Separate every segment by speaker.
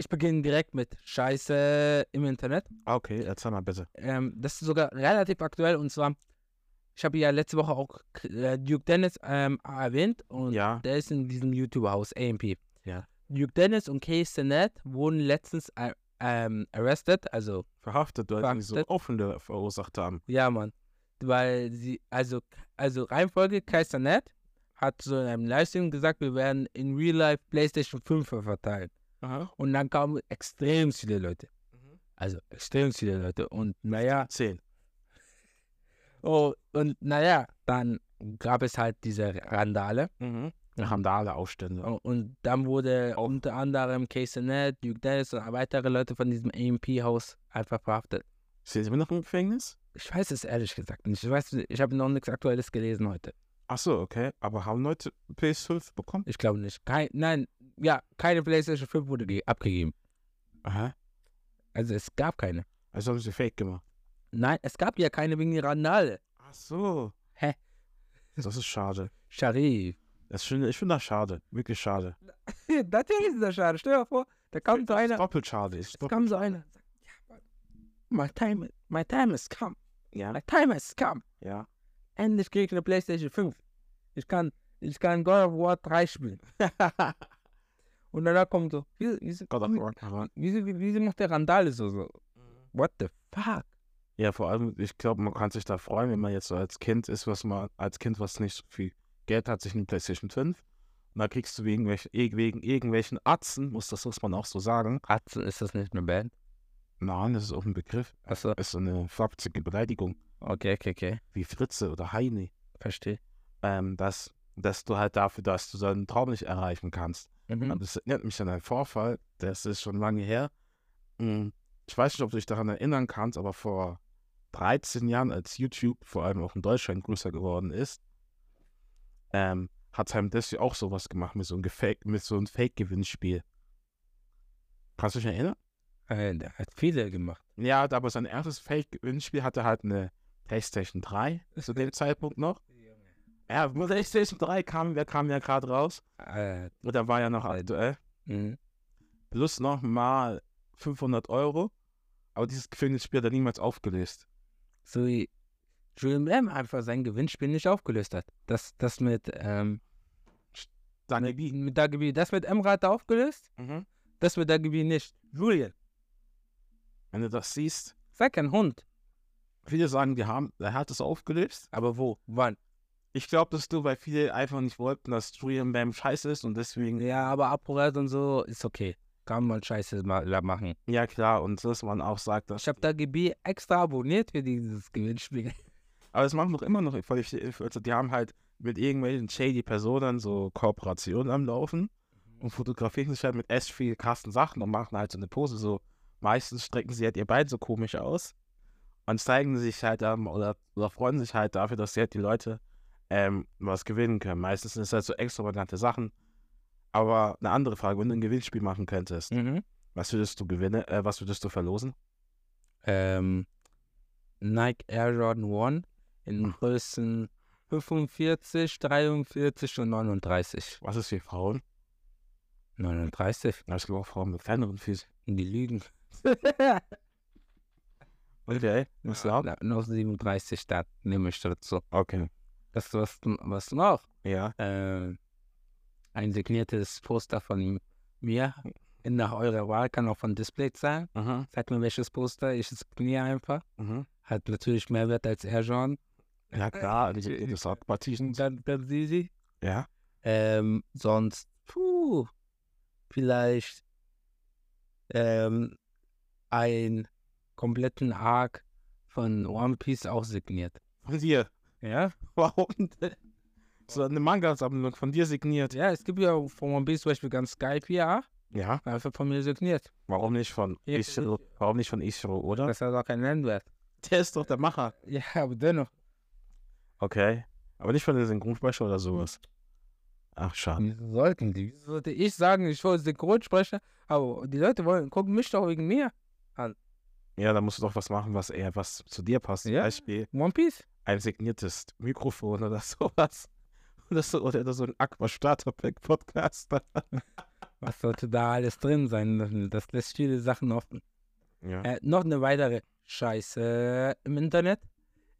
Speaker 1: Ich beginne direkt mit Scheiße im Internet.
Speaker 2: Ah, okay, erzähl mal bitte.
Speaker 1: Ähm, das ist sogar relativ aktuell und zwar, ich habe ja letzte Woche auch äh, Duke Dennis ähm, erwähnt und
Speaker 2: Ja.
Speaker 1: der ist in diesem YouTuber-Haus, AMP.
Speaker 2: Ja.
Speaker 1: Duke Dennis und Kay Sinet wurden letztens äh, ähm, arrested, also
Speaker 2: Verhaftet, weil die so
Speaker 1: Verhaftet.
Speaker 2: Aufwände verursacht haben.
Speaker 1: Ja, Mann. Weil sie, also, also Reihenfolge, Kaisernet hat so in einem Livestream gesagt, wir werden in Real Life PlayStation 5 verteilen.
Speaker 2: Aha.
Speaker 1: Und dann kamen extrem viele Leute. Also extrem viele Leute. Und naja,
Speaker 2: Zehn.
Speaker 1: oh, und naja, dann gab es halt diese Randale.
Speaker 2: Mhm. Dann haben da alle Aufstände.
Speaker 1: Und- Und dann wurde unter anderem Kaisernet, Duke Dennis und weitere Leute von diesem AMP-Haus einfach verhaftet.
Speaker 2: Sind sie immer noch im Gefängnis?
Speaker 1: Ich weiß es ehrlich gesagt nicht. Ich weiß, ich habe noch nichts Aktuelles gelesen heute.
Speaker 2: Ach so, okay. Aber haben Leute PS5 bekommen?
Speaker 1: Ich glaube nicht. Kein, nein, ja, keine PlayStation 5 wurde ge- abgegeben.
Speaker 2: Aha.
Speaker 1: Also es gab keine.
Speaker 2: Also haben sie Fake gemacht.
Speaker 1: Nein, es gab ja keine wegen Randale.
Speaker 2: Ach so.
Speaker 1: Hä?
Speaker 2: Das ist schade.
Speaker 1: Sharif.
Speaker 2: Das finde ich finde das schade. Wirklich schade.
Speaker 1: Natürlich ist das schade. Stell dir mal vor, da kam so
Speaker 2: Das ist
Speaker 1: einer.
Speaker 2: doppelt schade. Ist
Speaker 1: Es
Speaker 2: doppelt
Speaker 1: kam so einer. und sagt, Ja, Mann, my time, my time has come.
Speaker 2: ja.
Speaker 1: My time has come.
Speaker 2: ja.
Speaker 1: Endlich krieg ich eine PlayStation 5. Ich kann, ich kann God of War 3 spielen. Und danach kommt so, wieso, wieso,
Speaker 2: Gott, aber
Speaker 1: wieso, wieso macht der Randale so? so? What the fuck?
Speaker 2: Ja, vor allem, ich glaube, man kann sich da freuen, wenn man jetzt so als Kind ist, was man als Kind, was nicht so viel Geld hat, sich eine PlayStation 5. Und da kriegst du wegen, welch- eh- wegen irgendwelchen Atzen, muss das muss man auch so sagen.
Speaker 1: Atzen, ist das nicht eine Band?
Speaker 2: Nein, das ist auch ein Begriff.
Speaker 1: Achso,
Speaker 2: Das ist so eine flapsige Beleidigung,
Speaker 1: okay, okay, okay.
Speaker 2: wie Fritze oder Heini.
Speaker 1: Verstehe.
Speaker 2: Ähm, dass, dass du halt dafür, dass du deinen Traum nicht erreichen kannst. Und
Speaker 1: Mhm.
Speaker 2: das erinnert mich an einen Vorfall, das ist schon lange her. Mm, Ich weiß nicht, ob du dich daran erinnern kannst, aber vor 13 Jahren, als YouTube vor allem auch in Deutschland größer geworden ist, ähm, hat Time Desi auch sowas gemacht mit so einem, Gefake- mit so einem Fake-Gewinnspiel. Kannst du dich erinnern?
Speaker 1: Äh, der hat viele gemacht.
Speaker 2: Ja, aber sein erstes Fake-Gewinnspiel hatte halt eine PlayStation 3 zu dem Zeitpunkt noch. Ja, PlayStation 3 kam, der kam ja gerade raus.
Speaker 1: Äh, mhm.
Speaker 2: Und da war ja noch äh? aktuell.
Speaker 1: mh.
Speaker 2: plus nochmal 500 Euro. Aber dieses Gefängnisspiel hat er niemals aufgelöst.
Speaker 1: so wie Julian Lamb einfach sein Gewinnspiel nicht aufgelöst hat. Das, das mit, ähm,
Speaker 2: Danke,
Speaker 1: mit,
Speaker 2: wie?
Speaker 1: mit Dagebi, das mit Emra hat er aufgelöst, das mit Dagebi nicht. Julian,
Speaker 2: Wenn du das siehst,
Speaker 1: sei kein Hund.
Speaker 2: viele sagen, die haben, er hat es aufgelöst.
Speaker 1: Aber wo? Wann?
Speaker 2: Ich glaube, dass du, weil viele einfach nicht wollten, dass Julian Bam scheiße ist und deswegen,
Speaker 1: Ja, aber Aporat und so ist okay. Kann man scheiße ma la- machen.
Speaker 2: ja klar, und dass man auch sagt, dass,
Speaker 1: Ich habe Dagebi extra abonniert für dieses Gewinnspiel.
Speaker 2: aber das machen doch immer noch völlig, also die haben halt mit irgendwelchen shady Personen so Kooperationen am Laufen und fotografieren sich halt mit echt viel krassen Sachen und machen halt so eine Pose so. Meistens strecken sie halt ihr Bein so komisch aus und zeigen sich halt ähm, oder, oder freuen sich halt dafür, dass sie halt die Leute ähm, was gewinnen können. Meistens sind es halt so extravagante Sachen. Aber eine andere Frage, wenn du ein Gewinnspiel machen könntest,
Speaker 1: Mhm.
Speaker 2: was würdest du gewinnen, äh, was würdest du verlosen?
Speaker 1: ähm, Nike Air Jordan 1 in
Speaker 2: Mhm.
Speaker 1: Größen 45, 43 und 39.
Speaker 2: Was ist für Frauen?
Speaker 1: 39?
Speaker 2: Na, Es gibt auch Frauen mit kleineren Füßen.
Speaker 1: Die lügen.
Speaker 2: Okay, was
Speaker 1: Na,
Speaker 2: ja.
Speaker 1: noch 37 da nehme ich dazu.
Speaker 2: Okay.
Speaker 1: Das was, was noch?
Speaker 2: Ja.
Speaker 1: Ähm, ein signiertes Poster von mir in nach eurer Wahl kann auch von Display sein.
Speaker 2: Mhm.
Speaker 1: Sag mir welches Poster, ich signiere einfach.
Speaker 2: Mhm.
Speaker 1: Hat natürlich mehr Wert als Air Jordan.
Speaker 2: Ja klar, das ist auch Partien.
Speaker 1: Dann, dann sie sie.
Speaker 2: Ja.
Speaker 1: Ähm, sonst, puh, vielleicht ähm, einen kompletten Arc von One Piece auch signiert.
Speaker 2: Von dir.
Speaker 1: Ja?
Speaker 2: Warum denn? So eine Manga-Sammlung von dir signiert.
Speaker 1: Ja, es gibt ja auch von One Piece zum Beispiel ganz Skype, ja,
Speaker 2: Ja,
Speaker 1: einfach von mir signiert.
Speaker 2: warum nicht von
Speaker 1: Ja,
Speaker 2: Ishiro, warum nicht von Ishiro, oder?
Speaker 1: Das hat auch keinen Nennwert.
Speaker 2: Der ist doch der Macher.
Speaker 1: Ja, aber dennoch.
Speaker 2: Okay. Aber nicht von der Synchronsprecher oder sowas. Ach, schade.
Speaker 1: Wieso sollten die? Wieso sollte ich sagen, ich wollte Synchronsprecher, aber die Leute wollen, gucken mich doch wegen mir.
Speaker 2: Ja, da musst du doch was machen, was eher was zu dir passt. Zum
Speaker 1: Ja.
Speaker 2: Beispiel
Speaker 1: One Piece?
Speaker 2: ein signiertes Mikrofon oder sowas. Oder so, oder so ein Aqua Starter Pack Podcaster.
Speaker 1: Was sollte da alles drin sein? Das lässt viele Sachen offen.
Speaker 2: Ja.
Speaker 1: Äh, noch eine weitere Scheiße im Internet.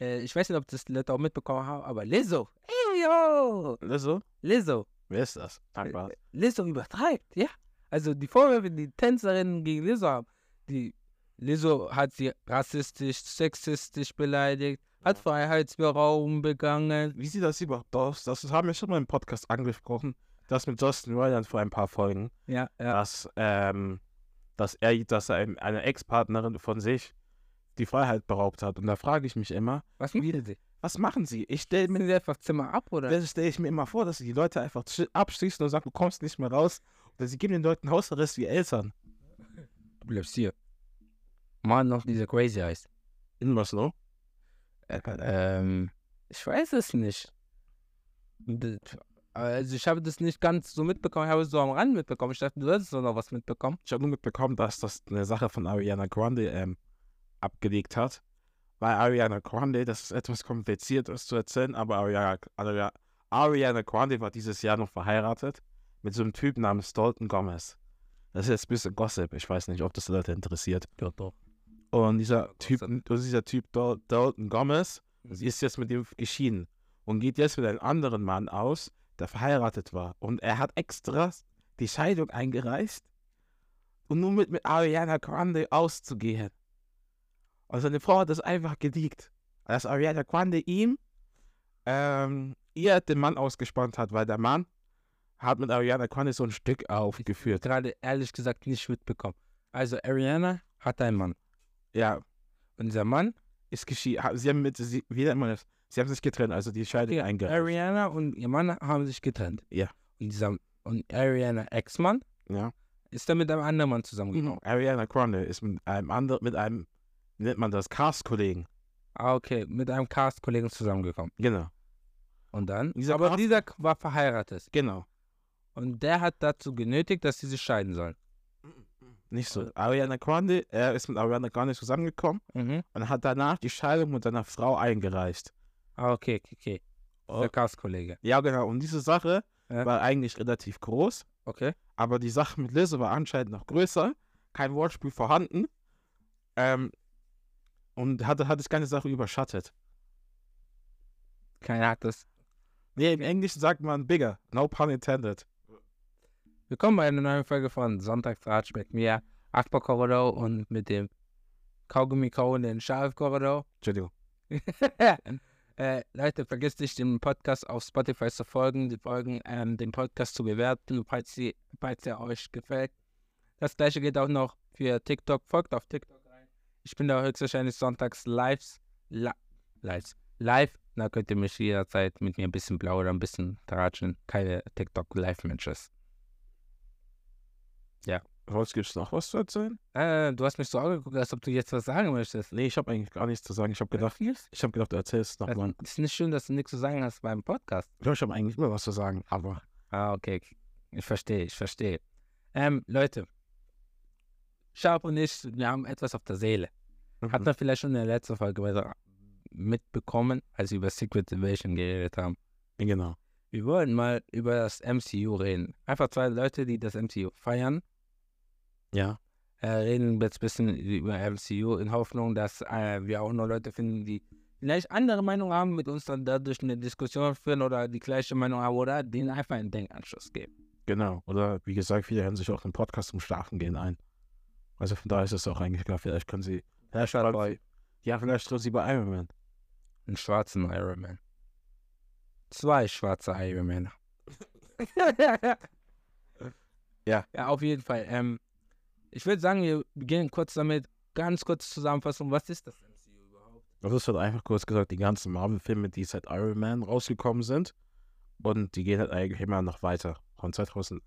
Speaker 1: Äh, ich weiß nicht, ob das die Leute auch mitbekommen haben, aber Lizzo. Ey, yo!
Speaker 2: Lizzo?
Speaker 1: Lizzo.
Speaker 2: Wer ist das? Sag mal.
Speaker 1: Lizzo übertreibt, ja. Also die Vorwürfe, die Tänzerinnen gegen Lizzo haben, die Lizzo hat sie rassistisch, sexistisch beleidigt, hat Freiheitsberaubung begangen.
Speaker 2: Wie sieht das überhaupt aus? Das haben wir schon mal im Podcast angesprochen. Das mit Justin Roiland vor ein paar Folgen.
Speaker 1: Ja, ja.
Speaker 2: Dass, ähm, dass er, dass er einem- einer Ex-Partnerin von sich die Freiheit beraubt hat. Und da frage ich mich immer,
Speaker 1: Was machen sie?
Speaker 2: was machen sie? Ich stelle mir
Speaker 1: Müssen sie einfach Zimmer ab oder?
Speaker 2: Das stelle ich mir immer vor, dass sie die Leute einfach sch- abschließen und sagen, du kommst nicht mehr raus. Oder sie geben den Leuten Hausarrest wie Eltern.
Speaker 1: Du bleibst hier. Mann, noch diese Crazy Eyes.
Speaker 2: In Maslow? Äh,
Speaker 1: Ähm, ich weiß es nicht. D- Also ich habe das nicht ganz so mitbekommen, ich habe es so am Rand mitbekommen. Ich dachte, du hättest doch noch was mitbekommen.
Speaker 2: Ich habe nur mitbekommen, dass das eine Sache von Ariana Grande ähm, abgelegt hat. Weil Ariana Grande, das ist etwas kompliziertes zu erzählen, aber Ariana, Ariana, Ariana Grande war dieses Jahr noch verheiratet mit so einem Typ namens Dalton Gomez. Das ist jetzt ein bisschen Gossip. Ich weiß nicht, ob das die Leute interessiert.
Speaker 1: Ja, doch.
Speaker 2: Und dieser
Speaker 1: Gossip.
Speaker 2: Typ, und dieser Typ Dal- Dalton Gomez,
Speaker 1: Mhm.
Speaker 2: sie ist jetzt mit ihm geschieden und geht jetzt mit einem anderen Mann aus, der verheiratet war. Und er hat extra die Scheidung eingereicht, um nur mit, mit Ariana Grande auszugehen. Und seine Frau hat das einfach geleakt, dass Ariana Grande ihm ähm, ihr den Mann ausgespannt hat, weil der Mann hat mit Ariana Grande so ein Stück aufgeführt.
Speaker 1: Gerade ehrlich gesagt nicht mitbekommen. Also Ariana hat einen Mann.
Speaker 2: Ja,
Speaker 1: Und dieser Mann,
Speaker 2: ist geschieht. Sie haben mit, sie, wie nennt man das? Sie haben sich getrennt, also die Scheidung
Speaker 1: Ja,
Speaker 2: eingereicht.
Speaker 1: Ariana und ihr Mann haben sich getrennt.
Speaker 2: Ja.
Speaker 1: Und dieser und Ariana Ex-Mann
Speaker 2: Ja.
Speaker 1: ist dann mit einem anderen Mann zusammengekommen.
Speaker 2: Genau. Ariana Grande ist mit einem anderen, mit einem, wie nennt man das, Cast-Kollegen.
Speaker 1: Ah, okay, mit einem Cast-Kollegen zusammengekommen.
Speaker 2: Genau.
Speaker 1: Und dann?
Speaker 2: Dieser
Speaker 1: aber
Speaker 2: Cast-
Speaker 1: dieser war verheiratet.
Speaker 2: Genau.
Speaker 1: Und der hat dazu genötigt, dass sie sich scheiden sollen.
Speaker 2: Nicht so. Ariana Grande, er ist mit Ariana Grande zusammengekommen
Speaker 1: Mhm.
Speaker 2: und hat danach die Scheidung mit seiner Frau eingereicht.
Speaker 1: Ah, okay, okay, okay.
Speaker 2: Oh.
Speaker 1: Der Cast-Kollege.
Speaker 2: Ja, genau. Und diese Sache
Speaker 1: Ja.
Speaker 2: war eigentlich relativ groß,
Speaker 1: Okay.
Speaker 2: aber die Sache mit Lizzo war anscheinend noch größer. Kein Wortspiel vorhanden. Ähm, und hatte, hat das ganze Sache überschattet.
Speaker 1: Keiner hat das.
Speaker 2: Nee, im Englischen sagt man bigger. No pun intended.
Speaker 1: Willkommen bei einer neuen Folge von Sonntagsratsch mit mir, Akbar Corridor und mit dem kaugummi kauenden Scharf Corridor.
Speaker 2: Entschuldigung.
Speaker 1: äh, Leute, vergesst nicht, den Podcast auf Spotify zu folgen, die Folgen, ähm, den Podcast zu bewerten, falls, sie, falls er euch gefällt. Das gleiche geht auch noch für TikTok. Folgt auf TikTok rein. Ich bin da höchstwahrscheinlich sonntags lives, li lives, live. Da könnt ihr mich jederzeit mit mir ein bisschen blau oder ein bisschen tratschen. Keine TikTok-Live-Matches.
Speaker 2: Sonst gibt es noch was zu erzählen?
Speaker 1: Äh, du hast mich so angeguckt, als ob du jetzt was sagen möchtest.
Speaker 2: Nee, ich habe eigentlich gar nichts zu sagen. Ich habe gedacht,
Speaker 1: ist
Speaker 2: Ich habe gedacht, du erzählst noch mal.
Speaker 1: ist nicht schön, dass du nichts zu sagen hast beim Podcast.
Speaker 2: Ich glaube, ich habe eigentlich immer was zu sagen, aber
Speaker 1: Ah, okay. Ich verstehe, ich verstehe. Ähm, Leute, Sharp und ich, wir haben etwas auf der Seele.
Speaker 2: Mhm.
Speaker 1: Hat man vielleicht schon in der letzten Folge weiter mitbekommen, als wir über Secret Invasion geredet haben.
Speaker 2: genau.
Speaker 1: Wir wollen mal über das MCU reden. Einfach zwei Leute, die das MCU feiern,
Speaker 2: Ja.
Speaker 1: äh, reden jetzt ein bisschen über MCU in Hoffnung, dass äh, wir auch noch Leute finden, die vielleicht andere Meinung haben, mit uns dann dadurch eine Diskussion führen oder die gleiche Meinung haben oder denen einfach einen Denkanschluss geben.
Speaker 2: Genau. Oder wie gesagt, viele hören sich auch den Podcast zum Schlafen gehen ein. Also von daher ist es auch eigentlich klar, vielleicht können sie. Vielleicht
Speaker 1: Schaut
Speaker 2: schreiben
Speaker 1: bei-
Speaker 2: sie ja, vielleicht schreiben sie bei Iron Man.
Speaker 1: einen schwarzen Iron Man. Zwei schwarze Iron Man.
Speaker 2: Ja.
Speaker 1: Ja, auf jeden Fall. Ähm, ich würde sagen, wir beginnen kurz damit, ganz kurz Zusammenfassung, was ist das MCU überhaupt?
Speaker 2: Das ist halt einfach kurz gesagt, die ganzen Marvel-Filme, die seit Iron Man rausgekommen sind. Und die gehen halt eigentlich immer noch weiter. Von 2008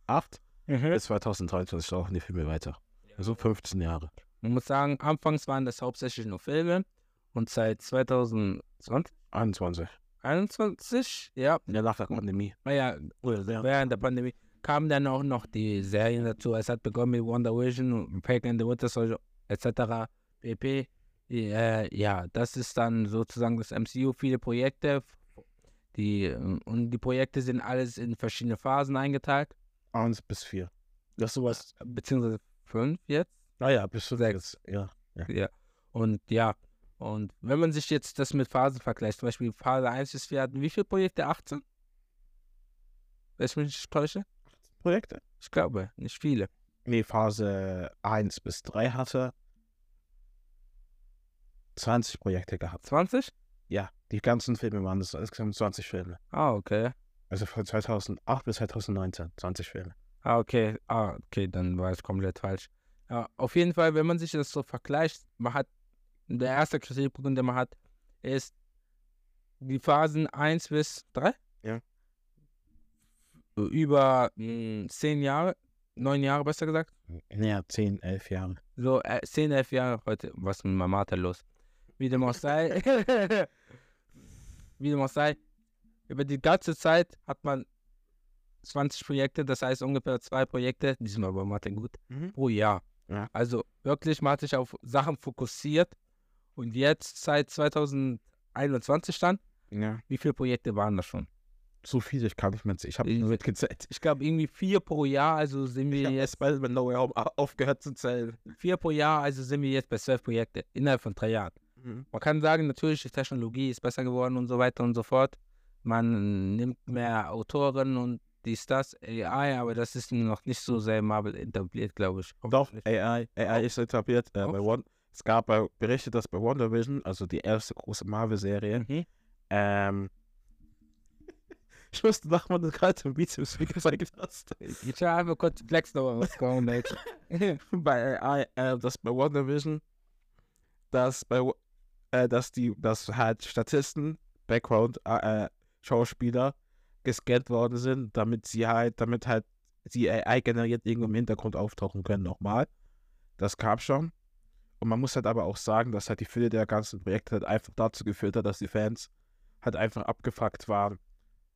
Speaker 1: Also,
Speaker 2: bis 2023 laufen die Filme weiter. Also 15 Jahre.
Speaker 1: Man muss sagen, anfangs waren das hauptsächlich nur Filme und seit 2021,
Speaker 2: 21.
Speaker 1: ja,
Speaker 2: Ja, nach der Pandemie.
Speaker 1: war ja während der Pandemie kamen dann auch noch die Serien dazu. Es hat begonnen mit Wonder Vision, Fake and the Winter Soldier etc. pp. Äh, ja, das ist dann sozusagen das MCU. Viele Projekte, die ähm, und die Projekte sind alles in verschiedene Phasen eingeteilt.
Speaker 2: 1 bis 4. Das sowas.
Speaker 1: beziehungsweise fünf jetzt.
Speaker 2: Naja, bis zu
Speaker 1: Sechs.
Speaker 2: Ja.
Speaker 1: Ja. Und ja, und wenn man sich jetzt das mit Phasen vergleicht, zum Beispiel Phase 1 ist, wir hatten wie viele Projekte? 18? Wenn ich mich nicht täusche?
Speaker 2: Projekte?
Speaker 1: Ich glaube, nicht viele.
Speaker 2: Nee, Phase 1 bis 3 hatte 20 Projekte gehabt.
Speaker 1: 20?
Speaker 2: Ja, die ganzen Filme waren das, insgesamt 20 Filme.
Speaker 1: Ah, okay.
Speaker 2: Also von 2008 bis 2019, 20 Filme.
Speaker 1: Ah, okay. Ah, okay, dann war es komplett falsch. Ja, auf jeden Fall, wenn man sich das so vergleicht, man hat, der erste Kritikpunkt, den man hat, ist die Phasen 1 bis 3.
Speaker 2: Ja.
Speaker 1: Über mh, 10 Jahre, 9 Jahre besser gesagt.
Speaker 2: Ja, 10, 11 Jahre.
Speaker 1: So, äh, 10, 11 Jahre heute, was ist mit meiner Martha los? Wie dem auch sei. Wie dem auch sei. Über die ganze Zeit hat man 20 Projekte, das heißt ungefähr zwei Projekte, diesmal war Martin gut,
Speaker 2: Mhm.
Speaker 1: pro Jahr.
Speaker 2: Ja.
Speaker 1: Also wirklich, man hat sich auf Sachen fokussiert. Und jetzt, seit 2021 dann,
Speaker 2: Ja.
Speaker 1: wie viele Projekte waren das schon?
Speaker 2: So viel, ich kann nicht mehr. Ich habe
Speaker 1: Ich-
Speaker 2: nicht mitgezählt.
Speaker 1: Ich glaube, irgendwie vier pro Jahr, also sind wir jetzt
Speaker 2: bei No Way Home aufgehört zu zählen.
Speaker 1: vier pro Jahr, also sind wir jetzt bei zwölf Projekte innerhalb von drei Jahren.
Speaker 2: Mhm.
Speaker 1: Man kann sagen, natürlich, die Technologie ist besser geworden und so weiter und so fort. Man nimmt mehr Autoren und dies, das, AI, aber das ist noch nicht so sehr Marvel etabliert, glaube ich.
Speaker 2: Doch, AI, AI ist etabliert. Äh, bei One, es gab äh, Berichte, dass bei WandaVision, also die erste große Marvel-Serie,
Speaker 1: Mhm.
Speaker 2: ähm, ich wusste, dass man das gerade im Bizeps wie gezeigt hast.
Speaker 1: Ich habe kurz Flex noch was kommen, Alter.
Speaker 2: bei AI, äh, dass bei WandaVision, dass bei Wa- äh, dass die, dass halt Statisten, Background, äh, äh, Schauspieler gescannt worden sind, damit sie halt, damit halt die AI generiert irgendwo im Hintergrund auftauchen können nochmal. Das kam schon. Und man muss halt aber auch sagen, dass halt die Fülle der ganzen Projekte halt einfach dazu geführt hat, dass die Fans halt einfach abgefuckt waren.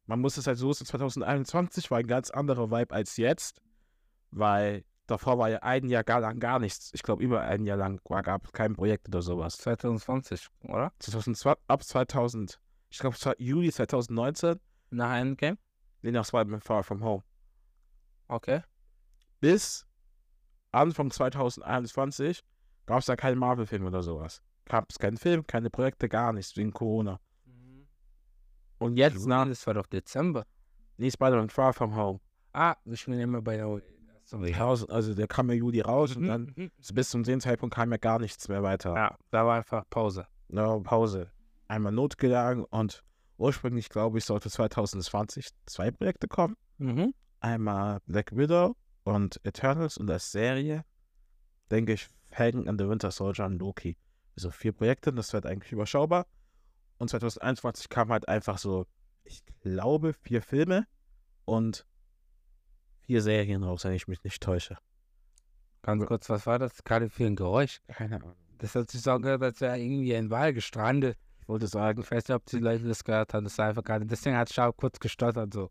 Speaker 2: Man muss es halt so sehen, 2021 war ein ganz anderer Vibe als jetzt, weil davor war ja ein Jahr gar lang gar nichts. Ich glaube, über ein Jahr lang war- gab es kein Projekt oder sowas.
Speaker 1: 2020, oder?
Speaker 2: 2002, ab 2000, ich glaube, es war Juli 2019,
Speaker 1: Nach Endgame?
Speaker 2: nee, nach Spider-Man Far From Home,
Speaker 1: Okay.
Speaker 2: bis Anfang 2021 gab es da keinen Marvel-Film oder sowas. Gab es keinen Film, keine Projekte, gar nichts wegen Corona. Mhm. Und jetzt nach
Speaker 1: das war doch Dezember.
Speaker 2: nee, Spider-Man Far From Home,
Speaker 1: Ah, ich bin immer bei der. Sorry.
Speaker 2: 1000, also der kam ja Juli raus und dann
Speaker 1: Mhm.
Speaker 2: bis zum dem Zeitpunkt kam ja gar nichts mehr weiter.
Speaker 1: Ja, da war einfach Pause.
Speaker 2: eine Pause. Einmal notgegangen und ursprünglich, glaube ich, sollte 2020 zwei Projekte kommen.
Speaker 1: Mhm.
Speaker 2: Einmal Black Widow und Eternals und als Serie, denke ich, Falcon and the Winter Soldier und Loki. Also vier Projekte, das wird eigentlich überschaubar. Und 2021 kamen halt einfach so, ich glaube, vier Filme und vier Serien raus, wenn ich mich nicht täusche.
Speaker 1: Ganz kurz, was war das? Gerade für ein Geräusch.
Speaker 2: Keine Ahnung.
Speaker 1: Das hat sich so angehört, als wäre irgendwie ein Wal gestrandet.
Speaker 2: Ich wollte sagen,
Speaker 1: Ich weiß nicht, ob die Leute das gehört haben. Das ist einfach gerade. Deswegen hat Schau kurz gestottert so.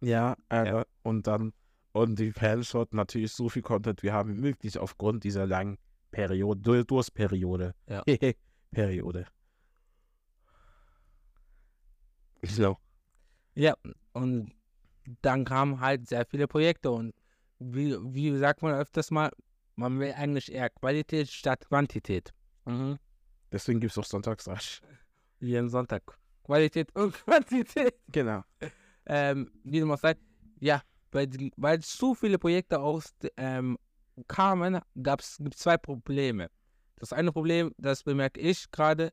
Speaker 2: Ja, äh, und dann, und die Fans hatten natürlich so viel Content, wir haben möglich aufgrund dieser langen Periode, Dur- Durstperiode.
Speaker 1: Ja.
Speaker 2: Periode. So.
Speaker 1: Ja, und dann kamen halt sehr viele Projekte. Und wie, wie sagt man öfters mal, man will eigentlich eher Qualität statt Quantität.
Speaker 2: Deswegen gibt es auch Sonntagsrasch.
Speaker 1: Jeden Sonntag. Qualität und Quantität.
Speaker 2: Genau.
Speaker 1: ähm, wie du mal sagst, ja, weil, die- weil zu viele Projekte aus ähm, kamen, gab es zwei Probleme. Das eine Problem, das bemerke ich gerade,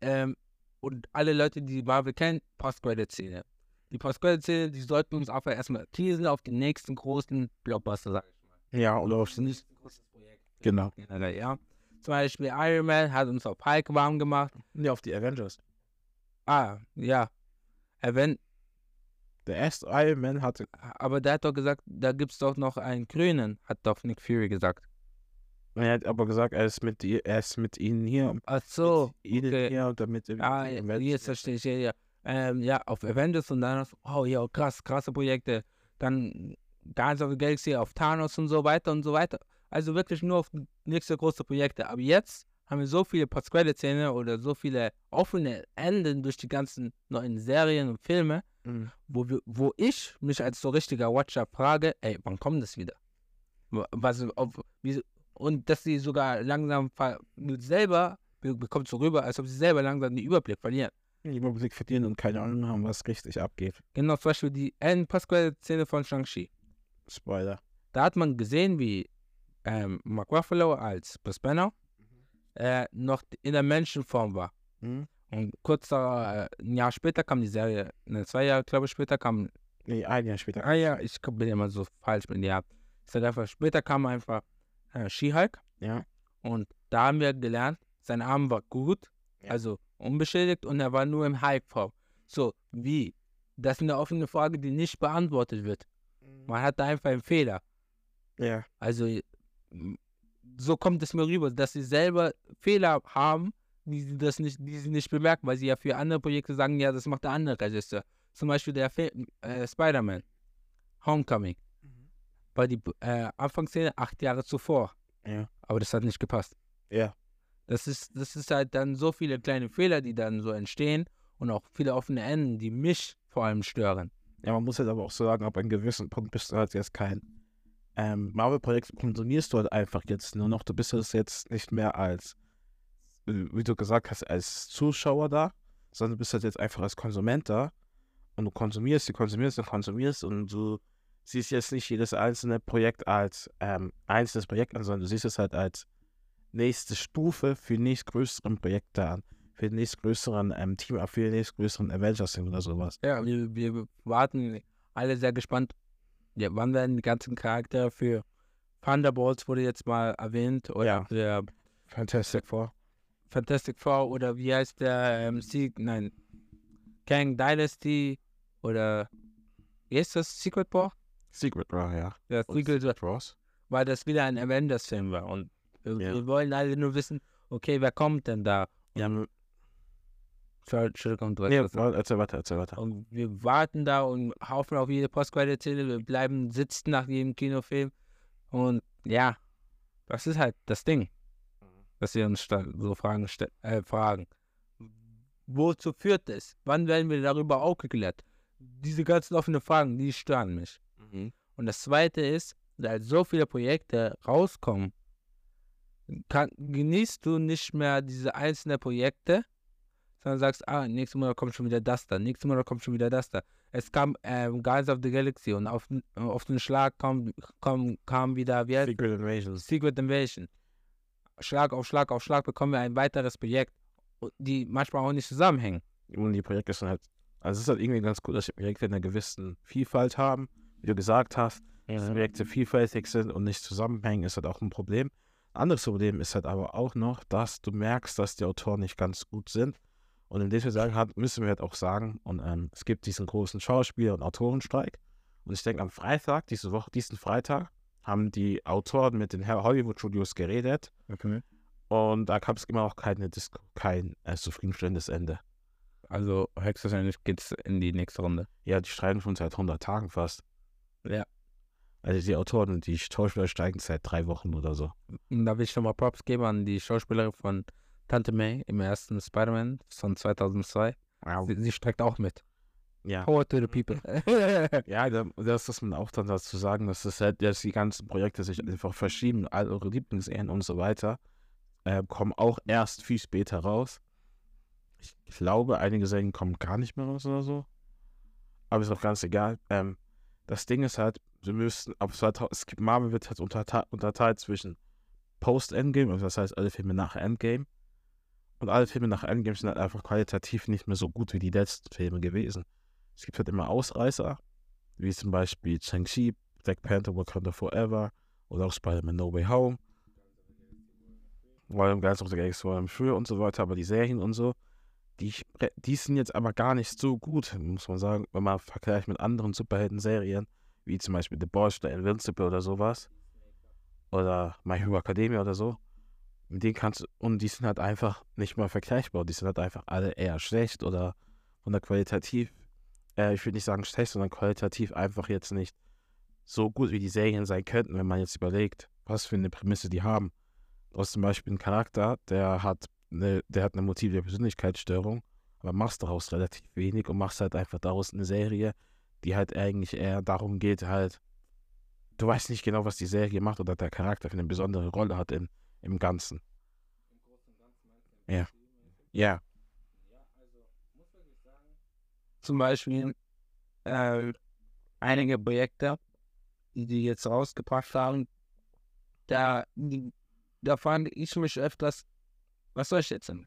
Speaker 1: ähm, und alle Leute, die Marvel kennen, Post-Credit-Szene. Die Post-Credit-Szene, die sollten uns einfach erstmal teasen auf den nächsten großen Blockbuster, sag ich mal.
Speaker 2: Ja, oder auch
Speaker 1: Auf den nächsten großen Projekt.
Speaker 2: Genau.
Speaker 1: Generell, ja. Zum Beispiel Iron Man hat uns auf Hulk warm gemacht.
Speaker 2: Ja, auf die Avengers.
Speaker 1: Ah, ja. Äh, Event,
Speaker 2: Der erste Iron Man hatte.
Speaker 1: Aber der hat doch gesagt, da gibt's doch noch einen Grünen, hat doch Nick Fury gesagt.
Speaker 2: Er hat aber gesagt, er ist mit, ihr- er ist mit ihnen hier.
Speaker 1: Ach so.
Speaker 2: mit ihnen
Speaker 1: okay.
Speaker 2: hier und damit. er mit
Speaker 1: Ah,
Speaker 2: den
Speaker 1: ja,
Speaker 2: Avengers-
Speaker 1: jetzt verstehe ich, ja, ja. Ähm, ja, auf Avengers und dann, auf- oh ja, krass, krasse Projekte. Dann Guardians of the Galaxy auf Thanos und so weiter und so weiter. Also wirklich nur auf nächste große Projekte. Aber jetzt haben wir so viele Post-Credit-Szene oder so viele offene Enden durch die ganzen neuen Serien und Filme,
Speaker 2: Mhm.
Speaker 1: wo, wir, wo ich mich als so richtiger Watcher frage, ey, wann kommt das wieder? Was, ob, wie, und dass sie sogar langsam ver- selber, bekommt so rüber, als ob sie selber langsam den Überblick verlieren.
Speaker 2: Den Überblick verlieren und keine Ahnung haben, was richtig abgeht.
Speaker 1: Genau, zum Beispiel die Alan Pascal-Szene von Shang-Chi.
Speaker 2: Spoiler.
Speaker 1: Da hat man gesehen, wie ähm, Mark Ruffalo als Bruce Banner äh, noch in der Menschenform war.
Speaker 2: Hm?
Speaker 1: Und kurz äh, ein Jahr später kam die Serie, ne, zwei Jahre, glaube ich, später kam,
Speaker 2: Nee, ein Jahr später.
Speaker 1: ah ja, ich bin immer so falsch mit den Jahren. Ich sag einfach, später kam einfach äh, She-Hulk
Speaker 2: Ja.
Speaker 1: und da haben wir gelernt, sein Arm war gut,
Speaker 2: Ja.
Speaker 1: also unbeschädigt und er war nur im Hulk-Form. So, wie? Das ist eine offene Frage, die nicht beantwortet wird.
Speaker 2: Mhm.
Speaker 1: Man hat da einfach einen Fehler.
Speaker 2: Ja.
Speaker 1: Also m- so kommt es mir rüber, dass sie selber Fehler haben, die sie, das nicht, die sie nicht bemerken, weil sie ja für andere Projekte sagen, ja, das macht der andere Regisseur. Zum Beispiel der Film äh, Spider-Man, Homecoming,
Speaker 2: Mhm.
Speaker 1: war die äh, Anfangsszene acht Jahre zuvor.
Speaker 2: Ja.
Speaker 1: Aber das hat nicht gepasst.
Speaker 2: Ja.
Speaker 1: Das ist, das ist halt dann so viele kleine Fehler, die dann so entstehen und auch viele offene Enden, die mich vor allem stören.
Speaker 2: Ja, man muss halt aber auch so sagen, ab einem gewissen Punkt bist du halt jetzt kein ähm, Marvel-Projekt, konsumierst du halt einfach jetzt nur noch. Du bist das jetzt nicht mehr als, äh, wie du gesagt hast, als Zuschauer da, sondern du bist halt jetzt einfach als Konsument da. Und du konsumierst, du konsumierst, du konsumierst und du siehst jetzt nicht jedes einzelne Projekt als ähm, einzelnes Projekt an, sondern du siehst es halt als nächste Stufe für nächstgrößeren Projekte an, für den nächstgrößeren ähm, Team, für den nächstgrößeren Avengers-Team oder sowas.
Speaker 1: Ja, wir, wir warten alle sehr gespannt. Ja, wann werden die ganzen Charaktere für Thunderbolts wurde jetzt mal erwähnt oder
Speaker 2: Ja.
Speaker 1: der
Speaker 2: Fantastic Four.
Speaker 1: Fantastic Four oder wie heißt der ähm, Sieg? Nein, Kang Dynasty oder wie ist das Secret War?
Speaker 2: Secret War, ja.
Speaker 1: Der Secret War,
Speaker 2: Wars?
Speaker 1: weil das wieder ein Avengers-Film war und wir,
Speaker 2: Ja.
Speaker 1: wir wollen alle nur wissen, okay, wer kommt denn da?
Speaker 2: Ja, m-
Speaker 1: Sorry, Entschuldigung, du hast
Speaker 2: nee,
Speaker 1: was-
Speaker 2: wa- erzähl weiter, erzähl weiter.
Speaker 1: Und wir warten da und haufen auf jede Postqualität. Wir bleiben sitzen nach jedem Kinofilm. Und ja, das ist halt das Ding, dass wir uns sta- so Fragen ste- äh, fragen. Wozu führt es? Wann werden wir darüber aufgeklärt? Diese ganzen offenen Fragen, die stören mich. Und das Zweite ist, da so viele Projekte rauskommen, kann, genießt du nicht mehr diese einzelnen Projekte, sondern sagst, ah, nächstes Monat kommt schon wieder das da, nächstes Monat kommt schon wieder das da. Es kam ähm, Guardians of the Galaxy und auf, den- äh, auf den Schlag kam, kam, kam wieder wie heißt-
Speaker 2: Secret Invasions.
Speaker 1: Secret Invasion. Schlag auf Schlag auf Schlag bekommen wir ein weiteres Projekt, und die manchmal auch nicht zusammenhängen.
Speaker 2: Und die Projekte sind halt. Also, es ist halt irgendwie ganz cool, dass die Projekte eine gewissen Vielfalt haben. Wie du gesagt hast, dass die Projekte vielfältig sind und nicht zusammenhängen, ist halt auch ein Problem. Ein anderes Problem ist halt aber auch noch, dass du merkst, dass die Autoren nicht ganz gut sind. Und in dem Zusammenhang hat- müssen wir halt auch sagen, und ähm, es gibt diesen großen Schauspieler- und Autorenstreik. Und ich denke, am Freitag, diese Woche, diesen Freitag, haben die Autoren mit den Hollywood-Studios geredet Und da gab es immer auch keine Disco, kein äh, zufriedenstellendes Ende.
Speaker 1: Also höchstwahrscheinlich geht es in die nächste Runde.
Speaker 2: Ja, die streiten schon seit 100 Tagen fast.
Speaker 1: Ja.
Speaker 2: Also die Autoren und die Schauspieler steigen seit drei Wochen oder so.
Speaker 1: Und da will ich schon mal Props geben an die Schauspielerin von Tante May im ersten Spider-Man von 2002. Sie, sie streckt auch mit.
Speaker 2: Ja.
Speaker 1: Power to the people.
Speaker 2: Ja, da- das muss man auch dann dazu sagen, dass, das halt, dass die ganzen Projekte sich einfach verschieben. All eure Lieblingsserien und so weiter äh, kommen auch erst viel später raus. Ich glaube, einige Serien kommen gar nicht mehr raus oder so. Aber ist auch ganz egal. Ähm, das Ding ist halt, wir müssen, ab 2000, es gibt, Marvel wird halt unterteilt, unterteilt zwischen Post-Endgame, also das heißt alle Filme nach Endgame. Und alle Filme nach Endgame sind halt einfach qualitativ nicht mehr so gut wie die letzten Filme gewesen. Es gibt halt immer Ausreißer, wie zum Beispiel Shang-Chi, Black Panther, Wakanda Forever oder auch Spider-Man No Way Home. Volume Guys of the Galaxy Volume 4 und so weiter, aber die Serien und so, die, spre- die sind jetzt aber gar nicht so gut, muss man sagen, wenn man vergleicht mit anderen Superhelden-Serien, wie zum Beispiel The Boys oder Invincible oder sowas, oder My Hero Academia oder so. Mit denen kannst du, und die sind halt einfach nicht mal vergleichbar. Die sind halt einfach alle eher schlecht oder von der qualitativ äh, ich würde nicht sagen schlecht, sondern qualitativ einfach jetzt nicht so gut wie die Serien sein könnten, wenn man jetzt überlegt, was für eine Prämisse die haben. Du hast zum Beispiel einen Charakter, der hat eine, der hat eine multiple Persönlichkeitsstörung, aber machst daraus relativ wenig und machst halt einfach daraus eine Serie, die halt eigentlich eher darum geht, halt du weißt nicht genau, was die Serie macht oder der Charakter für eine besondere Rolle hat in, im Ganzen. Ja. Ja.
Speaker 1: Zum Beispiel äh, einige Projekte, die die jetzt rausgebracht haben, da, die, da fand ich mich öfters, was soll ich jetzt denn?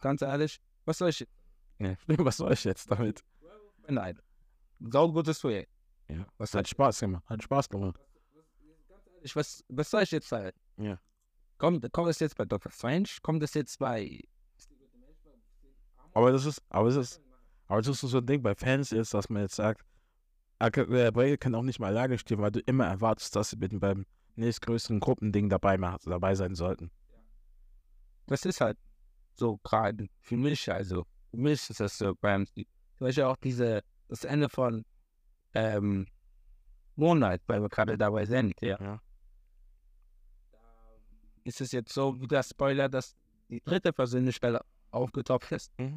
Speaker 1: Ganz ehrlich, was soll ich jetzt?
Speaker 2: ja. Was soll ich jetzt damit?
Speaker 1: Nein. Saugutes Projekt.
Speaker 2: Ja.
Speaker 1: Was
Speaker 2: Hat Spaß gemacht. Hat Spaß gemacht.
Speaker 1: ich, was, was soll ich jetzt sagen?
Speaker 2: Ja.
Speaker 1: Kommt, kommt das jetzt bei Dr. Strange? Kommt das jetzt bei.
Speaker 2: Aber das ist, aber das ist, aber das ist so ein Ding bei Fans ist, dass man jetzt sagt, Ak- äh, Brady kann auch nicht mal Lage stehen, weil du immer erwartest, dass sie mit beim nächstgrößeren Gruppending dabei, ma- dabei sein sollten.
Speaker 1: Das ist halt so gerade für mich, also für mich ist das so beim. Zum Beispiel auch diese, das Ende von ähm, Monat, weil wir gerade dabei sind, ja.
Speaker 2: Ja.
Speaker 1: Ist es jetzt so wie der Spoiler, dass die dritte Persönlichkeit aufgetaucht ist?
Speaker 2: Du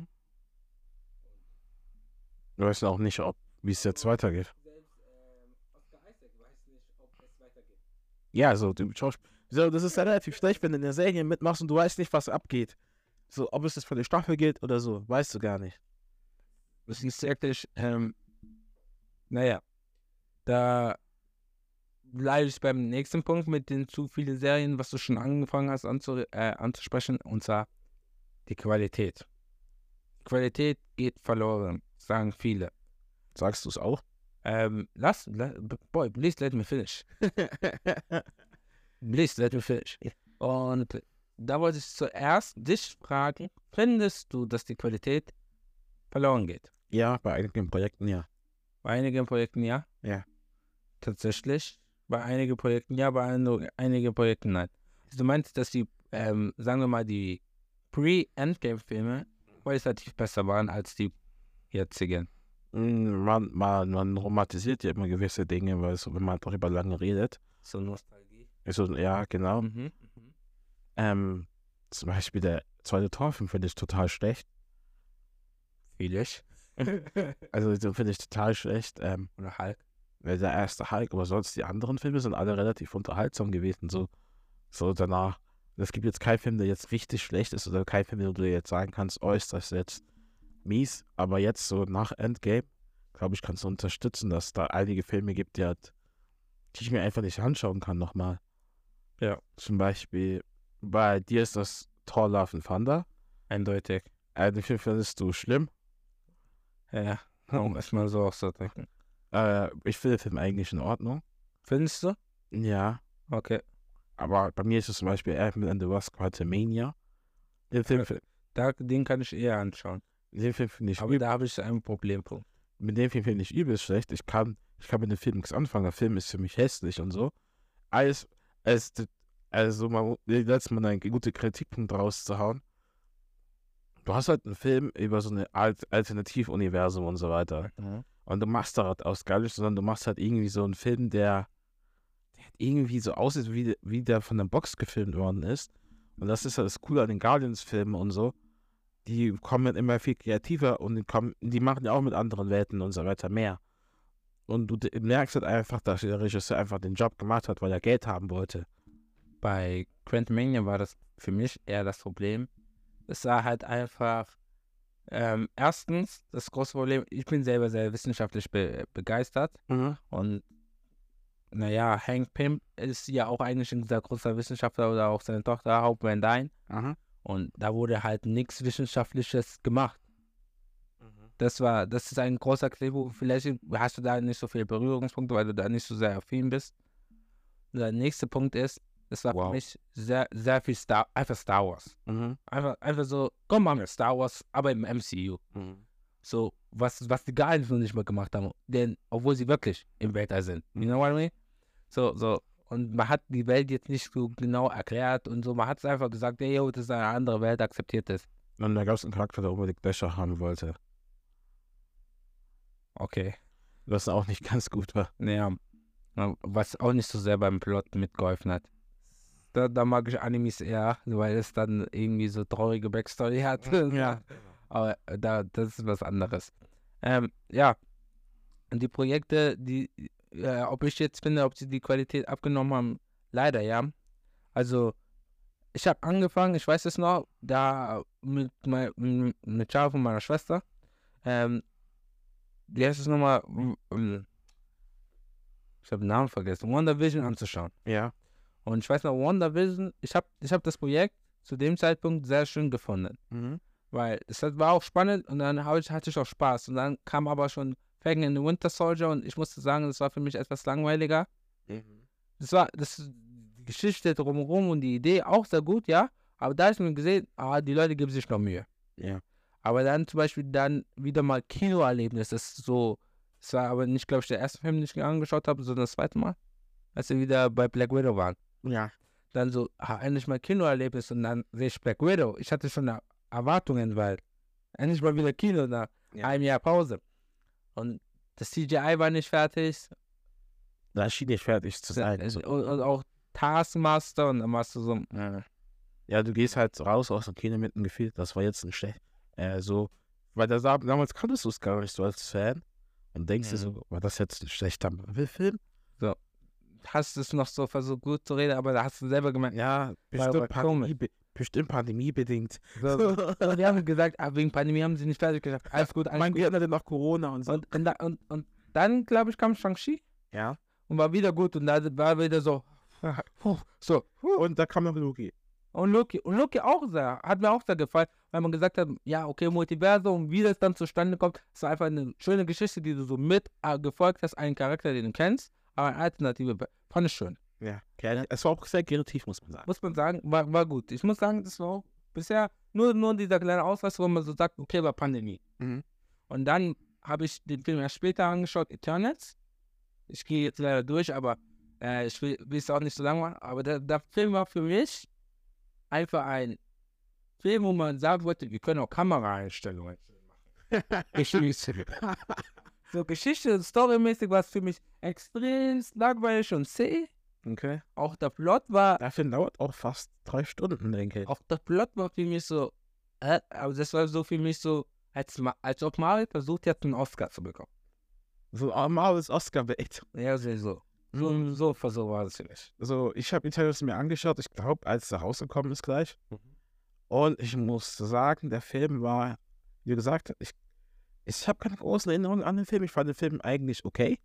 Speaker 2: weißt auch nicht, ob wie es jetzt weitergeht. Ja, so du schaust, so das ist relativ schlecht, wenn du in der Serie mitmachst und du weißt nicht, was abgeht. So, ob es jetzt von der Staffel geht oder so, weißt du gar nicht.
Speaker 1: Das ist wirklich, ähm, naja, da bleibe ich beim nächsten Punkt mit den zu vielen Serien, was du schon angefangen hast anzu äh, anzusprechen, und zwar die Qualität. Die Qualität geht verloren, sagen viele.
Speaker 2: Sagst du es auch?
Speaker 1: Ähm, lass, la, b- boy, please let me finish. Please let me finish. Und da wollte ich zuerst dich fragen, findest du, dass die Qualität verloren geht?
Speaker 2: ja, bei einigen Projekten ja.
Speaker 1: Bei einigen Projekten ja.
Speaker 2: Ja.
Speaker 1: Tatsächlich. Bei einigen Projekten ja, bei einigen, einigen Projekten nein. Also du meinst, dass die, ähm, sagen wir mal, die Pre-Endgame-Filme qualitativ besser waren als die jetzigen.
Speaker 2: Mm, Man, man, man romantisiert ja immer gewisse Dinge, weil so, wenn man darüber lange redet.
Speaker 1: So Nostalgie.
Speaker 2: Ist so, ja, genau.
Speaker 1: Mhm. mhm.
Speaker 2: Ähm, zum Beispiel der zweite Torfilm finde ich total schlecht.
Speaker 1: Vielleicht.
Speaker 2: Also den finde ich total schlecht. Ähm,
Speaker 1: Oder Hulk.
Speaker 2: weil der erste Hulk, aber sonst die anderen Filme sind alle relativ unterhaltsam gewesen. So, so danach. Es gibt jetzt keinen Film, der jetzt richtig schlecht ist oder keinen Film, wo du jetzt sagen kannst, oh, ist das jetzt mies. Aber jetzt so nach Endgame, glaube ich, kannst du unterstützen, dass es da einige Filme gibt, die, halt, die ich mir einfach nicht anschauen kann nochmal.
Speaker 1: Ja.
Speaker 2: Zum Beispiel bei dir ist das Thor Love and Thunder.
Speaker 1: Eindeutig.
Speaker 2: Äh, den Film findest du schlimm.
Speaker 1: Ja. Um es mal so auszudrücken.
Speaker 2: Äh, ich finde den Film eigentlich in Ordnung.
Speaker 1: Findest du?
Speaker 2: Ja.
Speaker 1: Okay.
Speaker 2: Aber bei mir ist es zum Beispiel Ant-Man and the Wasp Quantumania. Den Film, fi-
Speaker 1: Da, den kann ich eher anschauen.
Speaker 2: den Film finde ich,
Speaker 1: Aber
Speaker 2: üb-
Speaker 1: da habe ich einen Problempunkt.
Speaker 2: mit dem Film finde ich übelst schlecht. Ich kann, ich kann mit dem Film nichts anfangen. Der Film ist für mich hässlich und so. Alles, es, also man, letztes Mal einen guten Kritikpunkt rauszuhauen. Du hast halt einen Film über so ein Alt Alternativuniversum und so weiter. Und du machst da halt aus gar nichts, sondern du machst halt irgendwie so einen Film, der, der halt irgendwie so aussieht, wie, de- wie der von der Box gefilmt worden ist. Und das ist halt das Coole an den Guardians-Filmen und so. Die kommen halt immer viel kreativer und die, kommen, die machen ja auch mit anderen Welten und so weiter mehr. Und du de- merkst halt einfach, dass der Regisseur einfach den Job gemacht hat, weil er Geld haben wollte.
Speaker 1: bei Quantumania war das für mich eher das Problem. Es war halt einfach, ähm, erstens, das große Problem, ich bin selber sehr wissenschaftlich be begeistert
Speaker 2: Mhm,
Speaker 1: und naja, Hank Pym ist ja auch eigentlich ein sehr großer Wissenschaftler oder auch seine Tochter Hauptmann Dine
Speaker 2: mhm,
Speaker 1: und da wurde halt nichts Wissenschaftliches gemacht. Das war, das ist ein großer Klebo. Vielleicht hast du da nicht so viele Berührungspunkte, weil du da nicht so sehr affin bist. Und der nächste Punkt ist, es war
Speaker 2: Wow.
Speaker 1: für mich sehr, sehr viel Star, einfach Star Wars.
Speaker 2: mhm,
Speaker 1: Einfach, einfach so, komm, machen wir Star Wars, aber im MCU.
Speaker 2: mhm.
Speaker 1: So, was, was die Guardians noch nicht mal gemacht haben. Denn, obwohl sie wirklich im Weltall sind. You know what I mean? So, so. Und man hat die Welt jetzt nicht so genau erklärt und so. Man hat es einfach gesagt, ey, yo, das ist eine andere Welt, akzeptiert es.
Speaker 2: Und da gab es einen Charakter, der unbedingt Löcher haben wollte.
Speaker 1: Okay.
Speaker 2: Was auch nicht ganz gut war.
Speaker 1: Ja, na, was auch nicht so sehr beim Plot mitgeholfen hat. Da, da mag ich Animes eher, weil es dann irgendwie so traurige Backstory hat.
Speaker 2: Ja.
Speaker 1: Aber äh, da, das ist was anderes. Ähm, ja, und die Projekte, die äh, ob ich jetzt finde, ob sie die Qualität abgenommen haben, leider, ja. Also, ich habe angefangen, ich weiß es noch, da mit, mein, mit Java von meiner Schwester. Ähm, wie heißt es nochmal? Ähm, Ich habe den Namen vergessen. WandaVision anzuschauen.
Speaker 2: Ja.
Speaker 1: Und ich weiß noch, WandaVision, ich habe ich hab das Projekt zu dem Zeitpunkt sehr schön gefunden
Speaker 2: Mhm.
Speaker 1: weil es hat- war auch spannend und dann hab ich, hatte ich auch Spaß. Und dann kam aber schon Falcon in the Winter Soldier und ich musste sagen, das war für mich etwas langweiliger. Das war, das, die Geschichte drumherum und die Idee auch sehr gut, ja. Aber da ist mir gesehen, ah, die Leute geben sich noch Mühe.
Speaker 2: Ja.
Speaker 1: Aber dann zum Beispiel dann wieder mal Kinoerlebnis, das ist so, das war aber nicht, glaube ich, der erste Film, den ich angeschaut habe, sondern das zweite Mal, als wir wieder bei Black Widow waren
Speaker 2: Ja.
Speaker 1: dann so, ah, endlich mal Kinoerlebnis und dann sehe ich Black Widow. Ich hatte schon Erwartungen, weil endlich mal wieder Kino nach
Speaker 2: Ja.
Speaker 1: einem Jahr Pause. Und das CGI war nicht fertig.
Speaker 2: Da schien ich fertig zu sein.
Speaker 1: äh, Und, und auch Taskmaster und dann warst du so, äh,
Speaker 2: Ja, du gehst halt raus aus dem Kino mit einem Gefühl, das war jetzt ein schlecht. Äh, so, weil da sah, damals kanntest du es gar nicht so als Fan und denkst dir
Speaker 1: Mhm.
Speaker 2: so, war das jetzt ein schlechter Marvel-Film?
Speaker 1: hast es noch so versucht gut zu reden, aber da hast du selber gemeint,
Speaker 2: Ja,
Speaker 1: war
Speaker 2: bestimmt,
Speaker 1: komisch. Also,
Speaker 2: Pandemie, bestimmt pandemiebedingt.
Speaker 1: so, und wir haben gesagt, ah, wegen Pandemie haben sie nicht fertig geschafft. Alles gut, alles
Speaker 2: mein
Speaker 1: gut.
Speaker 2: Gehirn hatte noch Corona und so.
Speaker 1: Und, und, da- und, und dann, glaube ich, kam Shang-Chi
Speaker 2: ja.
Speaker 1: und war wieder gut und da war wieder so, puh, so,
Speaker 2: Und da kam noch Loki.
Speaker 1: Und Loki, und Loki auch sehr, hat mir auch sehr gefallen, weil man gesagt hat, ja, okay, Multiversum, wie das dann zustande kommt, ist einfach eine schöne Geschichte, die du so mit äh, gefolgt hast, einen Charakter, den du kennst, aber eine Alternative, be- fand ich schön.
Speaker 2: Ja. Es war auch sehr kreativ, muss man sagen.
Speaker 1: Muss man sagen, war, war gut. Ich muss sagen, das war auch bisher nur, nur dieser kleine Ausreißer, wo man so sagt, okay, war Pandemie.
Speaker 2: Mhm.
Speaker 1: Und dann habe ich den Film erst später angeschaut, Eternals. Ich gehe jetzt leider durch, aber äh, ich will will es auch nicht so lang machen. Aber der, der Film war für mich einfach ein Film, wo man sagen wollte, wir können auch Kameraeinstellungen machen. Geschichte. so Geschichte und storymäßig war es für mich extrem langweilig und zäh.
Speaker 2: Okay.
Speaker 1: Auch der Plot war,
Speaker 2: Der Film dauert auch fast drei Stunden, denke ich.
Speaker 1: auch der Plot war für mich so, äh, aber das war so für mich so, als, Ma- als ob Marvel versucht hat, einen Oscar zu bekommen.
Speaker 2: So ein Marvels Oscar-Bait.
Speaker 1: Ja, so. So, so versucht war es nicht.
Speaker 2: Also, ich habe Interviews mir angeschaut, ich glaube, als er rausgekommen ist gleich. Und ich muss sagen, der Film war, wie du gesagt, hast, ich, ich habe keine großen Erinnerungen an den Film. Ich fand den Film eigentlich okay.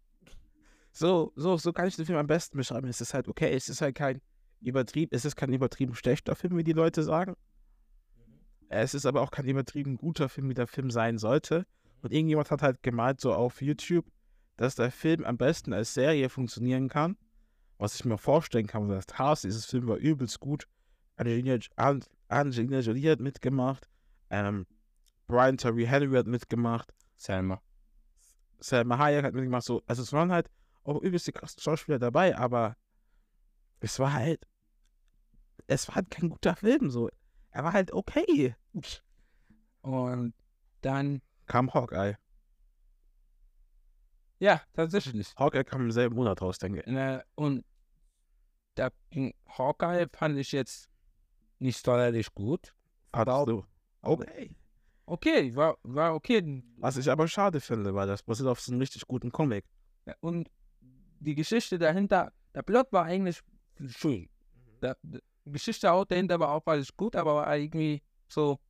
Speaker 2: So, so, so kann ich den Film am besten beschreiben. Es ist halt okay, es ist halt kein übertrieben, es ist kein übertrieben schlechter Film, wie die Leute sagen. Es ist aber auch kein übertrieben guter Film, wie der Film sein sollte. Und irgendjemand hat halt gemalt, so auf YouTube, dass der Film am besten als Serie funktionieren kann. Was ich mir vorstellen kann, weil das Task, dieses Film war übelst gut. Angelina, An- Angelina Jolie hat mitgemacht. Ähm, Brian Terry Henry hat mitgemacht.
Speaker 1: Selma.
Speaker 2: Selma Hayek hat mitgemacht. So, also es waren halt auch übelst die krassen Schauspieler dabei, aber es war halt, es war halt kein guter Film. So, er war halt okay.
Speaker 1: Und dann,
Speaker 2: Kam Hawkeye.
Speaker 1: ja, tatsächlich.
Speaker 2: Hawkeye kam im selben Monat raus, denke ich.
Speaker 1: Ne, Und da hm, Hawkeye fand ich jetzt nicht sonderlich gut.
Speaker 2: Hattest
Speaker 1: Aber-
Speaker 2: du. Okay.
Speaker 1: Okay, war, war okay.
Speaker 2: Was ich aber schade finde, weil das basiert auf so einem richtig guten Comic.
Speaker 1: Und die Geschichte dahinter, der Plot war eigentlich schön. Da, die Geschichte auch dahinter war auch alles gut, aber war irgendwie so